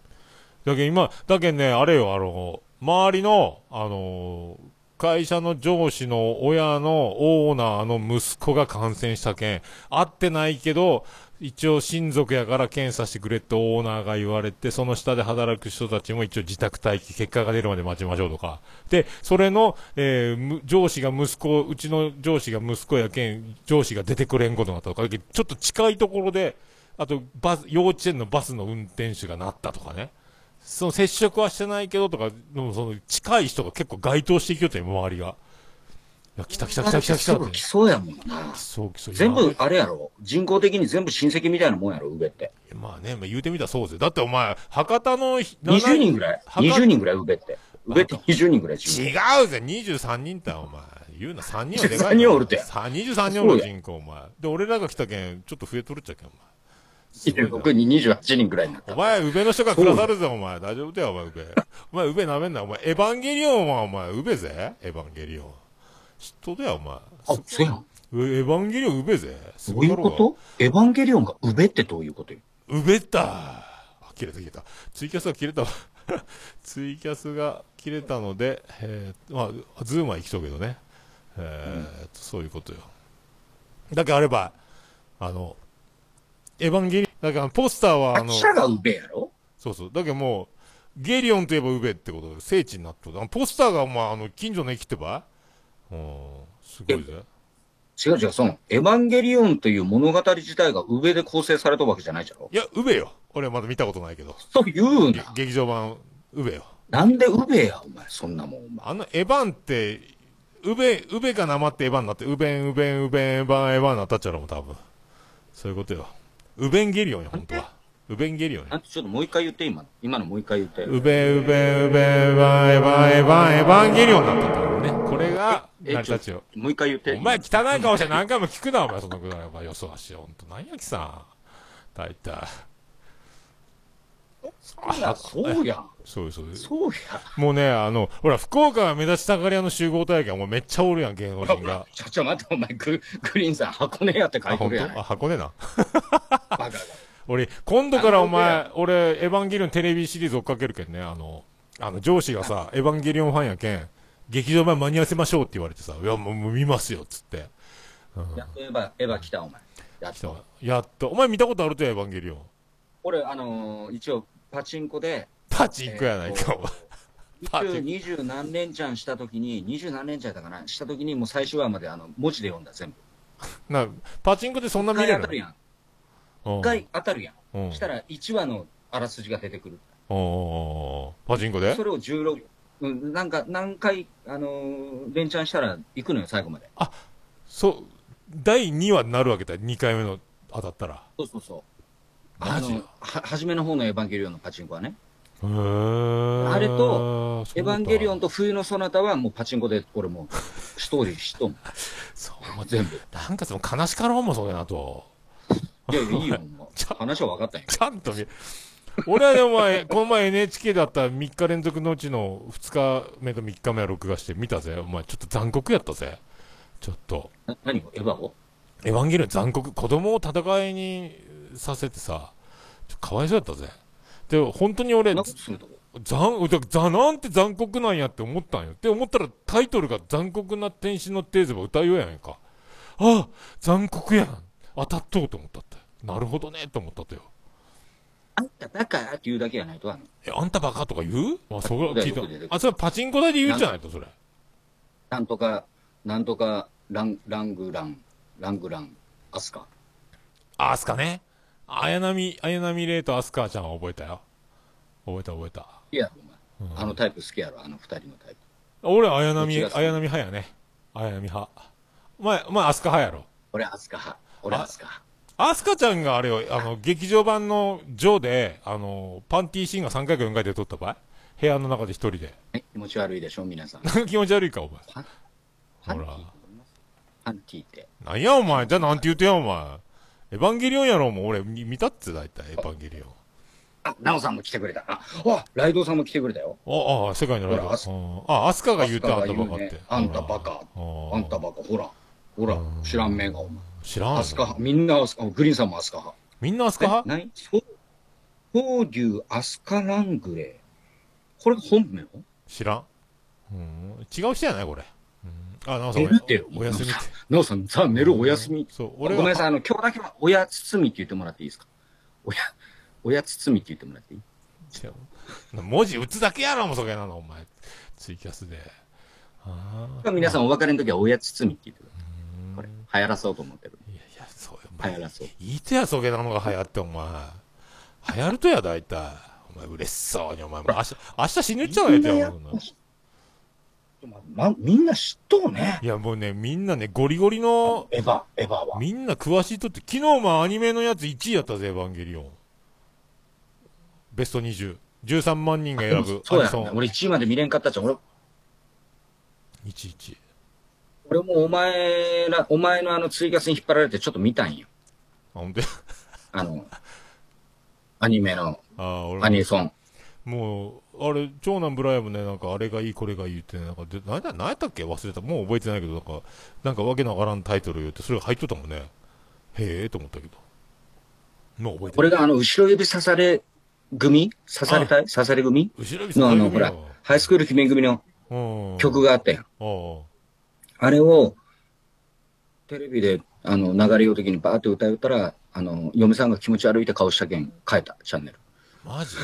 Speaker 2: けど今、だけどね、あれよ、あの、周りの、あのー会社の上司の親のオーナーの息子が感染したけん、会ってないけど、一応親族やから検査してくれってオーナーが言われて、その下で働く人たちも一応自宅待機、結果が出るまで待ちましょうとか。で、それの、えーむ上司が息子、うちの上司が息子やけん、上司が出てくれんことになったとか、だけどちょっと近いところで、あと、バス、幼稚園のバスの運転手がなったとかね。その接触はしてないけどとか、でもその近い人が結構該当していきよったよ、周りが。いや、来た来た来た来た来たって。
Speaker 1: 来そうやもんな。
Speaker 2: そうそう
Speaker 1: 全
Speaker 2: いや
Speaker 1: 部、あれやろ。人工的に全部親戚みたいなもんやろ、上って。
Speaker 2: まあね、まあ、言うてみたらそうぜ。だってお前、博多のひ
Speaker 1: 20人ぐらい
Speaker 2: 博
Speaker 1: ?20 人ぐらい、上って。上って20人ぐらい。
Speaker 2: 違うぜ、23人ってお前。言うな、3人はでかいな。
Speaker 1: 23人おるて
Speaker 2: さ23人おる人口、お前。で、俺らが来たけん、ちょっと増えとるっちゃけん、お前。
Speaker 1: 26人、28人ぐらいになっ
Speaker 2: お
Speaker 1: た。
Speaker 2: 前、宇部の人がくださるぜ、お前。大丈夫だよ、お前、宇部。お前、宇部舐めんな。お前、エヴァンゲリオンは、お前、宇部ぜ。エヴァンゲリオン。人だよ、お前。
Speaker 1: あ、そうやん。
Speaker 2: うエヴァンゲリオン、宇部ぜ。す
Speaker 1: ど
Speaker 2: ご
Speaker 1: う
Speaker 2: い
Speaker 1: い
Speaker 2: だ
Speaker 1: う
Speaker 2: ろ
Speaker 1: こ
Speaker 2: うが
Speaker 1: とエヴァンゲリオンが上ってどういうことよ。
Speaker 2: うべったあ切れた切れた。ツイキャスが切れたわ。 ツイキャスが切れたので、えーまあ、ズームは行きとうけどね。えーそういうことよ。だけどあれば、あの、エヴァンゲリだけどあのポスターはあの、
Speaker 1: 発射が上やろ
Speaker 2: そうそう。だけどもう、ゲリオンといえばウベってことで、聖地になっとる。あのポスターがお前、あの、近所の駅ってばうん、すごいぜ。
Speaker 1: 違う違う、その、エヴァンゲリオンという物語自体が上で構成されたわけじゃないじゃろ
Speaker 2: いや、ウベよ。俺はまだ見たことないけど。
Speaker 1: そう言う
Speaker 2: げ
Speaker 1: な。
Speaker 2: 劇場版、ウベよ。
Speaker 1: なんで上や、お前、そんなもん、お前。
Speaker 2: あのエヴァンって、ウベ、ウベがなまってエヴァになって、ウベン、ウベン、ウベン、エヴァン、エヴァンになったっちゃろもう多分。そういうことよ。ウベンゲリオンよ、本当は。ウベンゲリオン
Speaker 1: あ。んたちょっともう一回言って、今。今のもう一回言って。
Speaker 2: ウベウベウベウバエバエバエバンゲリオンだったんだろうね。これが、成り
Speaker 1: ちょ
Speaker 2: 立
Speaker 1: っ
Speaker 2: ちを
Speaker 1: と。もう一回言って。
Speaker 2: お前汚い顔して何回も聞くな、お前、そのぐらい。お前、よそはしよ。ほんと、何やきさん。大体。
Speaker 1: そうや、そうや。
Speaker 2: そうですそうです。
Speaker 1: そう
Speaker 2: もうね、あの、ほら、福岡が目立ちたがり屋の集合体験、もうめっちゃおるやん、芸能人
Speaker 1: や
Speaker 2: が。。
Speaker 1: ちょ、ちょ、待って、お前、ググリーンさん、箱根やって書
Speaker 2: あ、
Speaker 1: いて
Speaker 2: 本
Speaker 1: るやない
Speaker 2: 当？あ、箱根な。
Speaker 1: バカが。
Speaker 2: 俺、今度からお
Speaker 1: あ
Speaker 2: 前、俺、エヴァンゲリオンテレビシリーズ追っかけるけんね、あの、あの、上司が さ、エヴァンゲリオンファンやけん、劇場前間に合わせましょうって言われてさ、いや、もうもう見ますよ、つって。
Speaker 1: やっとエヴァ、エヴァ来た、お前。やっ
Speaker 2: 来た
Speaker 1: と。
Speaker 2: やっと。お前見たことあるとや、エヴァンゲリオン。
Speaker 1: 俺、あのー、一応、パチンコで、
Speaker 2: パチンコやない
Speaker 1: えー
Speaker 2: か、
Speaker 1: と
Speaker 2: お前。パチンコ
Speaker 1: 20二十何連チャンしたときに、二十何連チャンだから、したときに、もう最終話まで、あの、文字で読んだ、全部。
Speaker 2: な、パチンコでそんな
Speaker 1: 一
Speaker 2: 見
Speaker 1: 回
Speaker 2: れ
Speaker 1: 当たる
Speaker 2: る
Speaker 1: やん。
Speaker 2: の
Speaker 1: 一回当たるやん。
Speaker 2: うん。うん
Speaker 1: したら、一話のあらすじが出てくる。
Speaker 2: おうおうおうパチンコで
Speaker 1: それを16、うん、なんか、何回、あのー、連チャンしたら行くのよ、最後まで。
Speaker 2: そう、第2話になるわけだよ、2回目の当たったら。
Speaker 1: そうそうそう。
Speaker 2: マジ
Speaker 1: あのは、初めの方のエヴァンゲリオンのパチンコはね。
Speaker 2: へー
Speaker 1: あれと、
Speaker 2: そう
Speaker 1: エ
Speaker 2: だ
Speaker 1: ヴァンゲリオンと冬のソナタはもうパチンコで、俺も う、ストーリーしとん。
Speaker 2: そう、もう
Speaker 1: 全部。
Speaker 2: なんかその悲しかろうもそうやなと。
Speaker 1: いやいや、いいよ、も
Speaker 2: ち
Speaker 1: う。話は分かったんや。
Speaker 2: ちゃんと見、俺はでも 前、この前 NHK だった3日連続のうちの2日目と3日目は録画して見たぜ。お前ちょっと残酷やったぜ。ちょっと。
Speaker 1: な何をエヴァを
Speaker 2: エヴァンゲリオン残酷、子供を戦いにさせてさ、ちょっとかわいそうやったぜ。で、本当に俺、
Speaker 1: な
Speaker 2: ざ
Speaker 1: んかするとこ。
Speaker 2: 残、ざざなんて残酷なんやって思ったんよ。って思ったらタイトルが残酷な天使のテーゼば歌うようやんか。ああ残酷やん当たっとうと思ったって。なるほどねと思ったとよ。
Speaker 1: あんただからって言うだけやないと、あの、
Speaker 2: え、あんたバカとか言うあ、そこは聞い
Speaker 1: よく出
Speaker 2: た。
Speaker 1: てくる
Speaker 2: あ、それはパチンコ台で言うんじゃないと、それ。
Speaker 1: なんとか、なんとか、ラン、ラングラン、ラングラン、アスカ。
Speaker 2: あ、アスカね。綾波、綾波レイとアスカちゃんは覚えたよ。覚えた覚えた。
Speaker 1: いや、お
Speaker 2: う
Speaker 1: 前。
Speaker 2: ん
Speaker 1: あのタイプ好きやろ、あの二人のタイプ。
Speaker 2: 俺、綾波、
Speaker 1: どっちが
Speaker 2: 綾
Speaker 1: 好き
Speaker 2: 波派やね。綾波派。お前、お前、アスカ派やろ。
Speaker 1: 俺、アスカ派。俺、アスカ
Speaker 2: アスカちゃんがあれよ、あの、劇場版のジョーで、あの、パンティーシーンが3回か4回で撮った場合部屋の中で一人で。
Speaker 1: 派。ね気持ち悪いでしょ、皆さん。
Speaker 2: 気持ち悪いか、お前。
Speaker 1: ハ
Speaker 2: ほ
Speaker 1: ンティ
Speaker 2: ら
Speaker 1: ー。ハンティーって。
Speaker 2: なんや、お前。じゃあ、なんて言うてや、お前。エヴァンゲリオンやろ、もう。俺、み見たって、大体、エヴァンゲリオン。
Speaker 1: あ、ナオさんも来てくれた。あ、あライドウさんも来てくれたよ。
Speaker 2: ああ、世界のライド。
Speaker 1: ほらアス
Speaker 2: うんあ、アスカが言うてあんたバカっ
Speaker 1: ア
Speaker 2: て
Speaker 1: ス。カが言うねあんたバカあんたばっか、ほら。ほら、知らん目が、お前。
Speaker 2: 知らん。
Speaker 1: アスカ派。みんなアスカ、グリーンさんもアスカ派。
Speaker 2: みんなアスカ
Speaker 1: え
Speaker 2: 派
Speaker 1: 何そう。東牛アスカラングレー。これが本名
Speaker 2: 知らん。うん。違う人やない、これ。うんあ、なおさん
Speaker 1: 寝るってよ。
Speaker 2: おお休みって。
Speaker 1: なおさん、さあ寝るお休み。
Speaker 2: そう、
Speaker 1: ご
Speaker 2: 俺
Speaker 1: めんな
Speaker 2: は、
Speaker 1: さい、あの、今日だけは親包みって言ってもらっていいですかおや、親包みって言ってもらっていい
Speaker 2: 文字打つだけやろ、もうそげなの、お前。ツイキャスで。ああ。
Speaker 1: 皆さんお別れの時は親包みって言ってください。これ、流行らそうと思ってる。
Speaker 2: いやいや、そうよ、お
Speaker 1: 流
Speaker 2: 前
Speaker 1: 行。らそう。
Speaker 2: いいとや、そげなのが流行って、お前。流行るとや、大体。お前、嬉しそうに、お前。もう明日、明日死ぬっちゃうやつや、もうな。
Speaker 1: ま、みんな知っとうね。
Speaker 2: いや、もうね、みんなね、ゴリゴリの、
Speaker 1: エヴァ、エヴァは。
Speaker 2: みんな詳しいとって、昨日もアニメのやつ1位やったぜ、エヴァンゲリオン。ベスト20。13万人が選ぶア
Speaker 1: そう
Speaker 2: ニ
Speaker 1: や
Speaker 2: ソ
Speaker 1: ろね
Speaker 2: ン。。
Speaker 1: 俺1位まで見れんかったじゃん。俺、
Speaker 2: 11。
Speaker 1: 俺もお前ら、お前のあの追加スに引っ張られてちょっと見たんよ。
Speaker 2: あ、ほんとや
Speaker 1: あの、アニメの、
Speaker 2: あー、俺も
Speaker 1: アニソン。
Speaker 2: もう、あれ、長男ブライアンもね、なんか、あれがいい、これがいいって、なんか、で、なんだ、なんやったっけ忘れた。もう覚えてないけど、なんか、なんかわけのわからんタイトル言って、それが入っとったもんね。へえ、と思ったけど。もう覚えて
Speaker 1: こ
Speaker 2: ない。
Speaker 1: れがあの、後ろ指刺され組刺されたい刺され組
Speaker 2: 後ろ見せ
Speaker 1: のあの、ほら、ハイスクール姫組の
Speaker 2: うん。
Speaker 1: 曲があったやん。
Speaker 2: うん。
Speaker 1: あれを、テレビで、あの、流れよう的にバーって歌いよったら、あの、嫁さんが気持ち悪いって顔したけん、変えた、チャンネル。
Speaker 2: マジで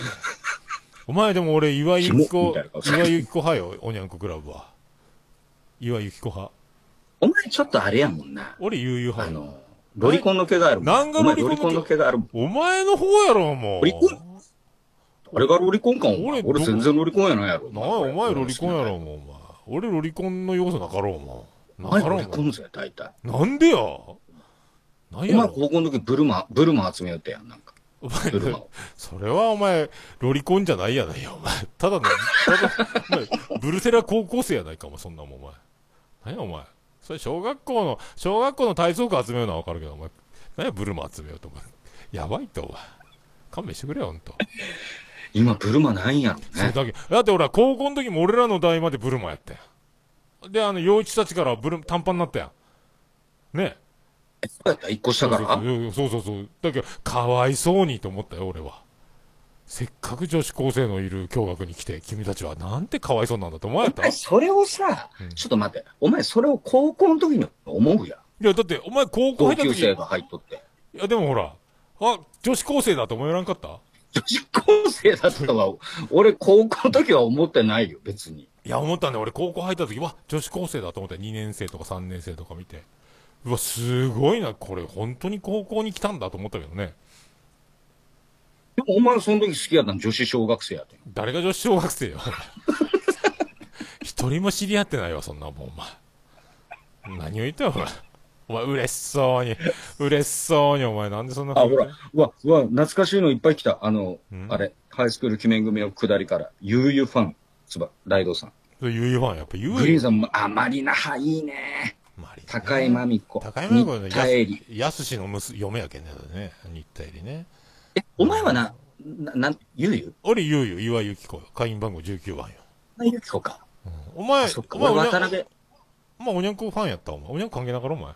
Speaker 2: お前でも俺、岩井ゆき
Speaker 1: キモみ
Speaker 2: 子
Speaker 1: たいな、顔してる
Speaker 2: 岩井ゆき子派よ、おにゃんこクラブは。岩井ゆき子派。
Speaker 1: お前ちょっとあれやもんな。
Speaker 2: 俺、ゆうゆう
Speaker 1: あ
Speaker 2: 派よ。
Speaker 1: の、ロリコンの毛があるもん。
Speaker 2: 何が
Speaker 1: お前
Speaker 2: ロ
Speaker 1: ロ
Speaker 2: リ
Speaker 1: リ
Speaker 2: コ
Speaker 1: コ
Speaker 2: ン
Speaker 1: ン
Speaker 2: の
Speaker 1: の
Speaker 2: 毛
Speaker 1: 毛があるもん。
Speaker 2: お前の方やろ、もう。
Speaker 1: ロリコンあれがロリコンか、お
Speaker 2: 俺
Speaker 1: 前俺全然ロリコンやないやろ。
Speaker 2: なあ、お前ロリコンやろ、もう、お前。俺、ロリコンの要素なかろう、もう。
Speaker 1: お
Speaker 2: な
Speaker 1: 前
Speaker 2: か
Speaker 1: ロ
Speaker 2: ろ
Speaker 1: リ
Speaker 2: う、
Speaker 1: コ
Speaker 2: も
Speaker 1: ンぜ、大体。
Speaker 2: う。なんでや。なん
Speaker 1: お
Speaker 2: や
Speaker 1: 前
Speaker 2: ろ。
Speaker 1: 高校の時ブルマ、ブルマ集めよったやん、なんか。
Speaker 2: お前
Speaker 1: 車を。
Speaker 2: それはお前、ロリコンじゃないやないや、お前。ただの、ただ、お前ブルセラ高校生やないか、お前、そんなもん、お前。何や、お前。それ、小学校の、小学校の体操服集めるのはわかるけど、お前。何や、ブルマ集めようと、お前。やばいって、お前。勘弁してくれよ、ほんと。
Speaker 1: 今、車ないんやろ
Speaker 2: それ
Speaker 1: ね。
Speaker 2: だけ。 だって、ほら、高校の時も俺らの代までブルマやったやん。で、あの、洋一たちからブル、短パンになったやん。ねえ。
Speaker 1: えそうやった一個下
Speaker 2: そうそ
Speaker 1: か
Speaker 2: う
Speaker 1: ら
Speaker 2: そうそうそうそう。だけど、かわいそうにと思ったよ、俺は。せっかく女子高生のいる共学に来て、君たちはなんてかわいそうなんだと思われ
Speaker 1: お
Speaker 2: た
Speaker 1: 前
Speaker 2: い
Speaker 1: それをさ、ちょっと待って、お前それを高校の時に思うやん。
Speaker 2: や、だって、お前高校入
Speaker 1: 同
Speaker 2: った
Speaker 1: 級
Speaker 2: 時、
Speaker 1: 生
Speaker 2: い
Speaker 1: が入っとって。
Speaker 2: や、でもほら、あ、女子高生だと思わなかった
Speaker 1: 女子高生だとは、俺高校の時は思ってないよ、別に。
Speaker 2: いや、思ったね。俺高校入った時、わ、女子高生だと思ったよ。2年生とか3年生とか見て。うわ、すごいな、これ、本当に高校に来たんだと思ったけどね。
Speaker 1: でもお前その時好きやったの女子小学生やで。
Speaker 2: 誰が女子小学生よ。 一人も知り合ってないわ、そんなもん、お前。何を言ったよ、お前。お前、嬉しそうに、嬉しそうに、お前、なんでそんな
Speaker 1: あ、
Speaker 2: こと
Speaker 1: ほら、うわ、うわ、懐かしいのいっぱい来た。あの、
Speaker 2: ん
Speaker 1: あれ、ハイスクール記念組の下りから、悠々ファン、つば、ライドさん。
Speaker 2: そうゆいファン、やっぱ言
Speaker 1: グ
Speaker 2: う
Speaker 1: リーン
Speaker 2: よ。
Speaker 1: さんも、あ、マリナ派いいね。
Speaker 2: マリ
Speaker 1: 高井真美子。
Speaker 2: 高山君の
Speaker 1: 新田絵里
Speaker 2: やすしの娘嫁やけんねだね、新田入りね。
Speaker 1: え、お前はな、な、なん、ゆうゆう
Speaker 2: 俺言うよ、岩井由紀子よ。会員番号19番よ。
Speaker 1: あゆきこか。
Speaker 2: お前、
Speaker 1: あそっか。
Speaker 2: お前、
Speaker 1: 俺
Speaker 2: おにゃ
Speaker 1: 渡辺。
Speaker 2: お前おにゃんこファンやった、お前。おにゃんこ関係なかろ、お前。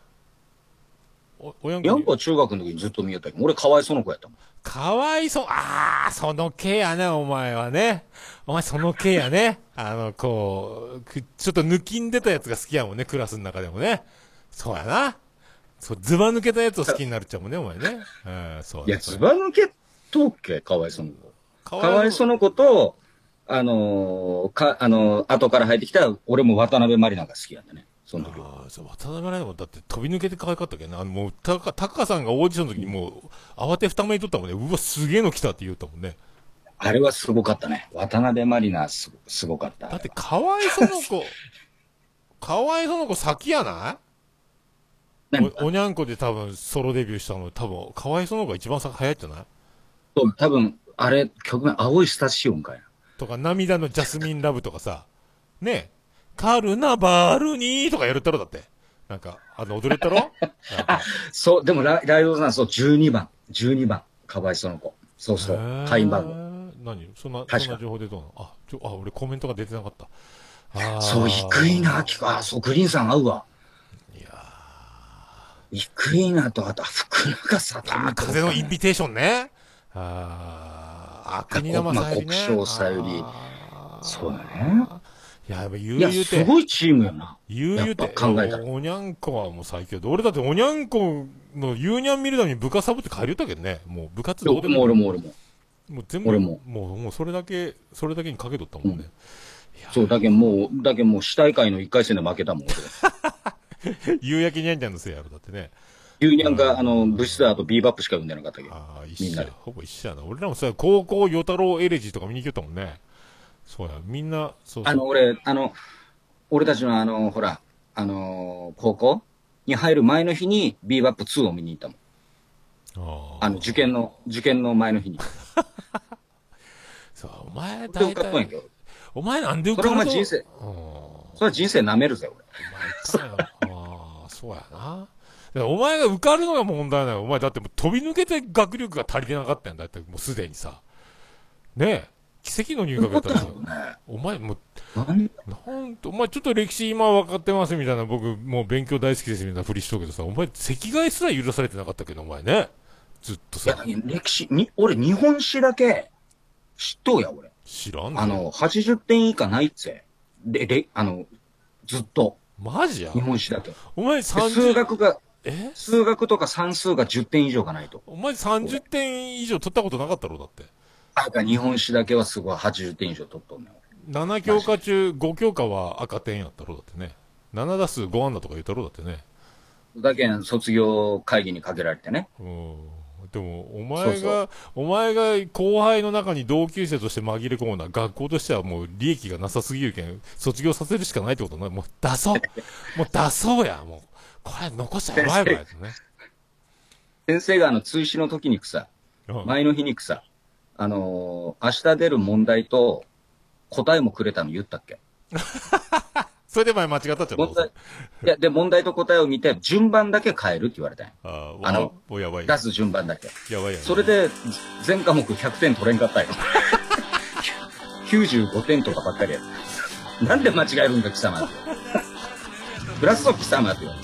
Speaker 2: お、おにゃんこ
Speaker 1: ヤンコは中学の時にずっと見えたけど、俺かわいそうな子やったもん。
Speaker 2: かわいそう。ああ、その毛やね、お前はね。お前その毛やね。 あの、こう、くちょっと抜きんでたやつが好きやもんね、クラスの中でもね。そうやな。そう、ズバ抜けたやつを好きになるっちゃうもんね、お前ね。うん、そう
Speaker 1: いや、ずば抜けとけ、かわいそうな子。
Speaker 2: か
Speaker 1: かわいそう
Speaker 2: う。
Speaker 1: な子と、あのーか、あのー後から入ってきた、俺も渡辺満里奈が好きやったね。その時。
Speaker 2: ああ、そう、渡辺ライもだって飛び抜けて可愛かったっけどね。あの、もう、たか、たかさんがオーディションの時にもう、慌てふために撮ったもんね。うわ、すげえの来たって言うたもんね。
Speaker 1: あれはすごかったね。渡辺満里奈すご、すごかった。
Speaker 2: だって、かわいそうの 子、かわいそうの子先やない
Speaker 1: 何
Speaker 2: おおにゃんこで多分ソロデビューしたの多分かわいそうの方が一番さ早いんじゃない
Speaker 1: そう多分、あれ、曲名、青いスタジオンかや。
Speaker 2: とか涙のジャスミンラブとか さねえカルナバルにーとかやるったろだってなんかあの踊れたろなんか
Speaker 1: そう、でもラ、ライドさん、そう、12番。12番。かわいそうの子。そう そ
Speaker 2: へ
Speaker 1: う
Speaker 2: ー。
Speaker 1: 会員番
Speaker 2: 何そんな
Speaker 1: 確か
Speaker 2: そんな情報でどうなのあちょあ俺コメントが出てなかったあー
Speaker 1: 号。そう、低いな、きあ、そう、グリーンさん合うわ。
Speaker 2: いやー
Speaker 1: 低いなと、あと、福永さん。
Speaker 2: あー風のインビテーションねあーあ国生さゆりね
Speaker 1: まあ国生さゆり
Speaker 2: あー
Speaker 1: そうだね。
Speaker 2: いややっぱ
Speaker 1: いや、
Speaker 2: 悠々
Speaker 1: す
Speaker 2: て
Speaker 1: ごいチームやな。
Speaker 2: ゆうゆうて
Speaker 1: やっ、ぱ考えた
Speaker 2: おにゃんこはもう最強で。俺だっておにゃんこのゆうにゃん見るために部活サボって帰りよったけどね。もう部活どうで
Speaker 1: 俺も
Speaker 2: も。
Speaker 1: 俺も俺も。
Speaker 2: もう全部。
Speaker 1: 俺も
Speaker 2: もう、もうそれだけ、それだけにかけとったもんね。
Speaker 1: そう、だけどもう、だけどもう、死体界の1回戦で負けたもん、俺。
Speaker 2: 夕焼けにゃんにゃんのせいやろ。だってね。
Speaker 1: ユーニャンが、あの、ブシダーとビーバップしか読んでなかったけど。
Speaker 2: ああ、
Speaker 1: み
Speaker 2: 一
Speaker 1: ん
Speaker 2: 緒
Speaker 1: な
Speaker 2: や
Speaker 1: で。
Speaker 2: ほぼ一緒やな。俺らもさ、高校与太郎エレジーとか見に行きよったもんね。そうや。みんな、そうそう。
Speaker 1: あの、俺、あの、俺たちのあの、ほら、あのー高校に入る前の日に、ビーバップ2を見に行ったもん。
Speaker 2: あー
Speaker 1: あの、受験の、受験の前の日に。
Speaker 2: そう、お前、
Speaker 1: で、
Speaker 2: 大
Speaker 1: 受かったんや
Speaker 2: 体
Speaker 1: け、ど。
Speaker 2: お前なんで受
Speaker 1: そ
Speaker 2: か
Speaker 1: れ
Speaker 2: る
Speaker 1: お前人生、
Speaker 2: うん
Speaker 1: それは人生舐めるぜ、俺。
Speaker 2: ああ、そうやな。だからお前が受かるのが問題なの。お前だってもう飛び抜けて学力が足りてなかったんだって、もうすでにさ。ねえ。奇跡の入学だったら さ。お前もう、
Speaker 1: 何
Speaker 2: なんと、お前ちょっと歴史今分かってますみたいな、僕もう勉強大好きですみたいなふりしとくけどさ、お前席替えすら許されてなかったけど、お前ね。ずっと
Speaker 1: いや
Speaker 2: さ、、
Speaker 1: 歴史、に、俺、日本史だけ、知っとうや、俺。
Speaker 2: 知らんの
Speaker 1: あの、80点以下ないっぜ。で、で、あの、ずっと、
Speaker 2: マジや
Speaker 1: 日。本史だけ。で
Speaker 2: お前
Speaker 1: 数
Speaker 2: 30、
Speaker 1: 学が、
Speaker 2: え
Speaker 1: 数学とか算数が10点以上がないと。
Speaker 2: お前30点以上取ったことなかったろ、だって。
Speaker 1: 赤日本史だけはすごい80点以上取っとんねん。
Speaker 2: 7教科中5教科は赤点やったろだってね7打数5安打とか言ったろだってね
Speaker 1: だけん卒業会議にかけられてね。
Speaker 2: うんでもお前が
Speaker 1: そうそ
Speaker 2: お前が後輩の中に同級生として紛れ込むのは学校としてはもう利益がなさすぎるけん卒業させるしかないってことねもう出 そうもう出そうやもうこれ残しちゃやばいわやつね
Speaker 1: 先生があの、追試の時にさ、
Speaker 2: うん
Speaker 1: 前の日に草。あのー明日出る問題と答えもくれたの言ったっけ
Speaker 2: それで前間違ったっちゃう
Speaker 1: 問題、いや、で、問題と答えを見て、順番だけ変えるって言われたんよ
Speaker 2: あ
Speaker 1: あ
Speaker 2: あ
Speaker 1: の
Speaker 2: の、もうやばい。や
Speaker 1: 出す順番だけ。
Speaker 2: ばいやばい。
Speaker 1: それで、全科目100点取れんかった よ。95点とかばっかりやった。なんで間違えるんだ、貴様って。プラスの貴様ってよ。
Speaker 2: うん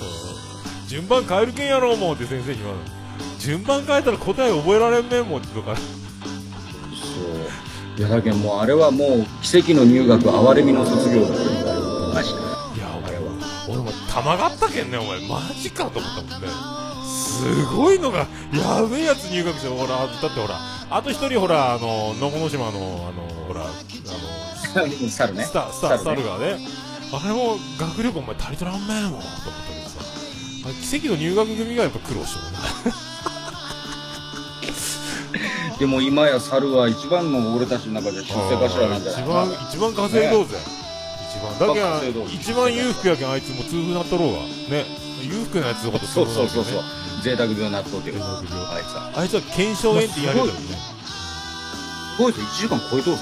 Speaker 2: 順番変えるけんやろうもんって先生に言われる順番変えたら答え覚えられんねんもんってとか。
Speaker 1: そう。いや、だけどもう、あれはもう、奇跡の入学、哀れみの卒業だと言われてました。
Speaker 2: いや、
Speaker 1: あ
Speaker 2: 俺
Speaker 1: れ
Speaker 2: は。
Speaker 1: は。
Speaker 2: 俺も玉があったけんねお前マジかと思ったもんねすごいのがやべえやつ入学してほらだってほらあと一人ほらあの野古島のあのほらあのス
Speaker 1: 猿ね。
Speaker 2: タースタースタ
Speaker 1: 猿
Speaker 2: ル
Speaker 1: ね
Speaker 2: がねあれも学力お前足りとらんめんもんと思ったけどさあれ奇跡の入学組がやっぱ苦労してるね
Speaker 1: でも今や猿は一番の俺たちの中で出世頭なんだよ。
Speaker 2: 一番一番稼いどうぜ、一番だけ
Speaker 1: 稼いど
Speaker 2: は
Speaker 1: うぜ
Speaker 2: 一番裕福やけんあいつも痛風なっとろうがね裕福なやつのこと
Speaker 1: そうそうそう
Speaker 2: そう
Speaker 1: そ
Speaker 2: な
Speaker 1: う。贅沢病納豆っていう
Speaker 2: 贅沢
Speaker 1: か。
Speaker 2: 病
Speaker 1: あいつは。
Speaker 2: あいつは検証炎ってやるよね
Speaker 1: すごいぞ、1時間超えとうぜ。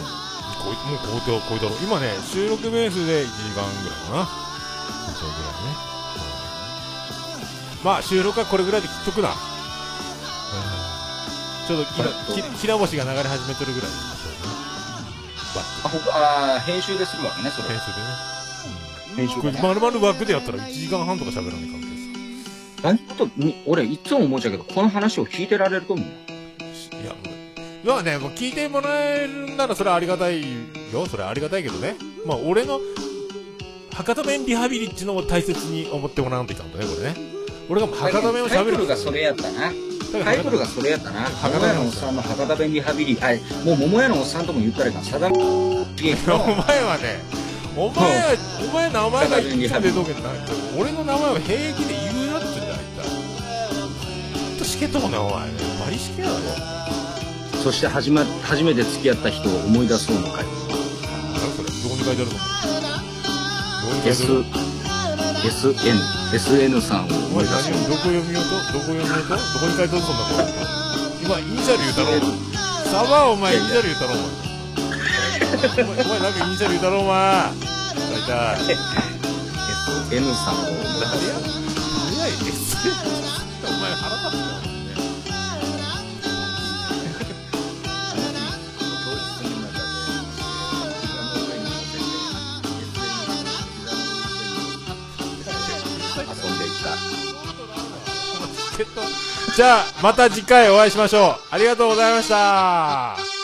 Speaker 2: こいもう工程を超えたろ今ね収録ベースで1時間ぐらいかなそうぐらいね、うんまあ収録はこれぐらいで切っとくな、うんちょうど
Speaker 1: バッ
Speaker 2: 今
Speaker 1: と
Speaker 2: ききら星が流れ始めとるぐらいでしょうねバッ
Speaker 1: あ、ほか、あー編集でするわけね、そ
Speaker 2: と
Speaker 1: れ
Speaker 2: 編。集でね
Speaker 1: 編集
Speaker 2: これ
Speaker 1: が。
Speaker 2: 丸々枠でやったら1時間半とか喋らない関係
Speaker 1: 何事に、俺、いつも思っちゃうけど、この話を聞いてられると思う。
Speaker 2: さいやもうまあねもう聞いてもらえるならそれはありがたいよそれはありがたいけどねまあ俺の博多弁リハビリっていうのを大切に思ってもらわんといかんとねこれね俺がもう博多弁を
Speaker 1: タイ
Speaker 2: 喋
Speaker 1: ト
Speaker 2: る
Speaker 1: ルがそれやった
Speaker 2: だ
Speaker 1: な。
Speaker 2: か
Speaker 1: タ
Speaker 2: ら
Speaker 1: イトルがそれやったな。
Speaker 2: 博
Speaker 1: 博
Speaker 2: 多
Speaker 1: 多屋
Speaker 2: 弁
Speaker 1: のおっさんの博多弁リハビリ。はい。もう桃屋のおっさんとも言ったらいいかん。さだめ、元気
Speaker 2: お前
Speaker 1: の
Speaker 2: はねお前はお前名前がいつも出とけんな俺の名前は平気で言うなっつうんだよあいつはほんとしけとうねお前ねバリしけやろな
Speaker 1: そして初め、初めて付き合った人を思い出そうの会。
Speaker 2: それどこに書いてあるのどこに書いてあ
Speaker 1: S
Speaker 2: るの、
Speaker 1: SN、SN さん
Speaker 2: お
Speaker 1: を思
Speaker 2: 前
Speaker 1: い出
Speaker 2: 何
Speaker 1: そう
Speaker 2: を
Speaker 1: の
Speaker 2: どこ読みようとどこ読みようとどこに書いておるそんなこと今イニシャル言うたろお前サバお前イニシャル言うたろお前お前お前なんかイニシャル言うたろお前大体
Speaker 1: 会。SN さんを思い出
Speaker 2: 誰や誰や S お前腹立つなじゃあまた次回お会いしましょうありがとうございました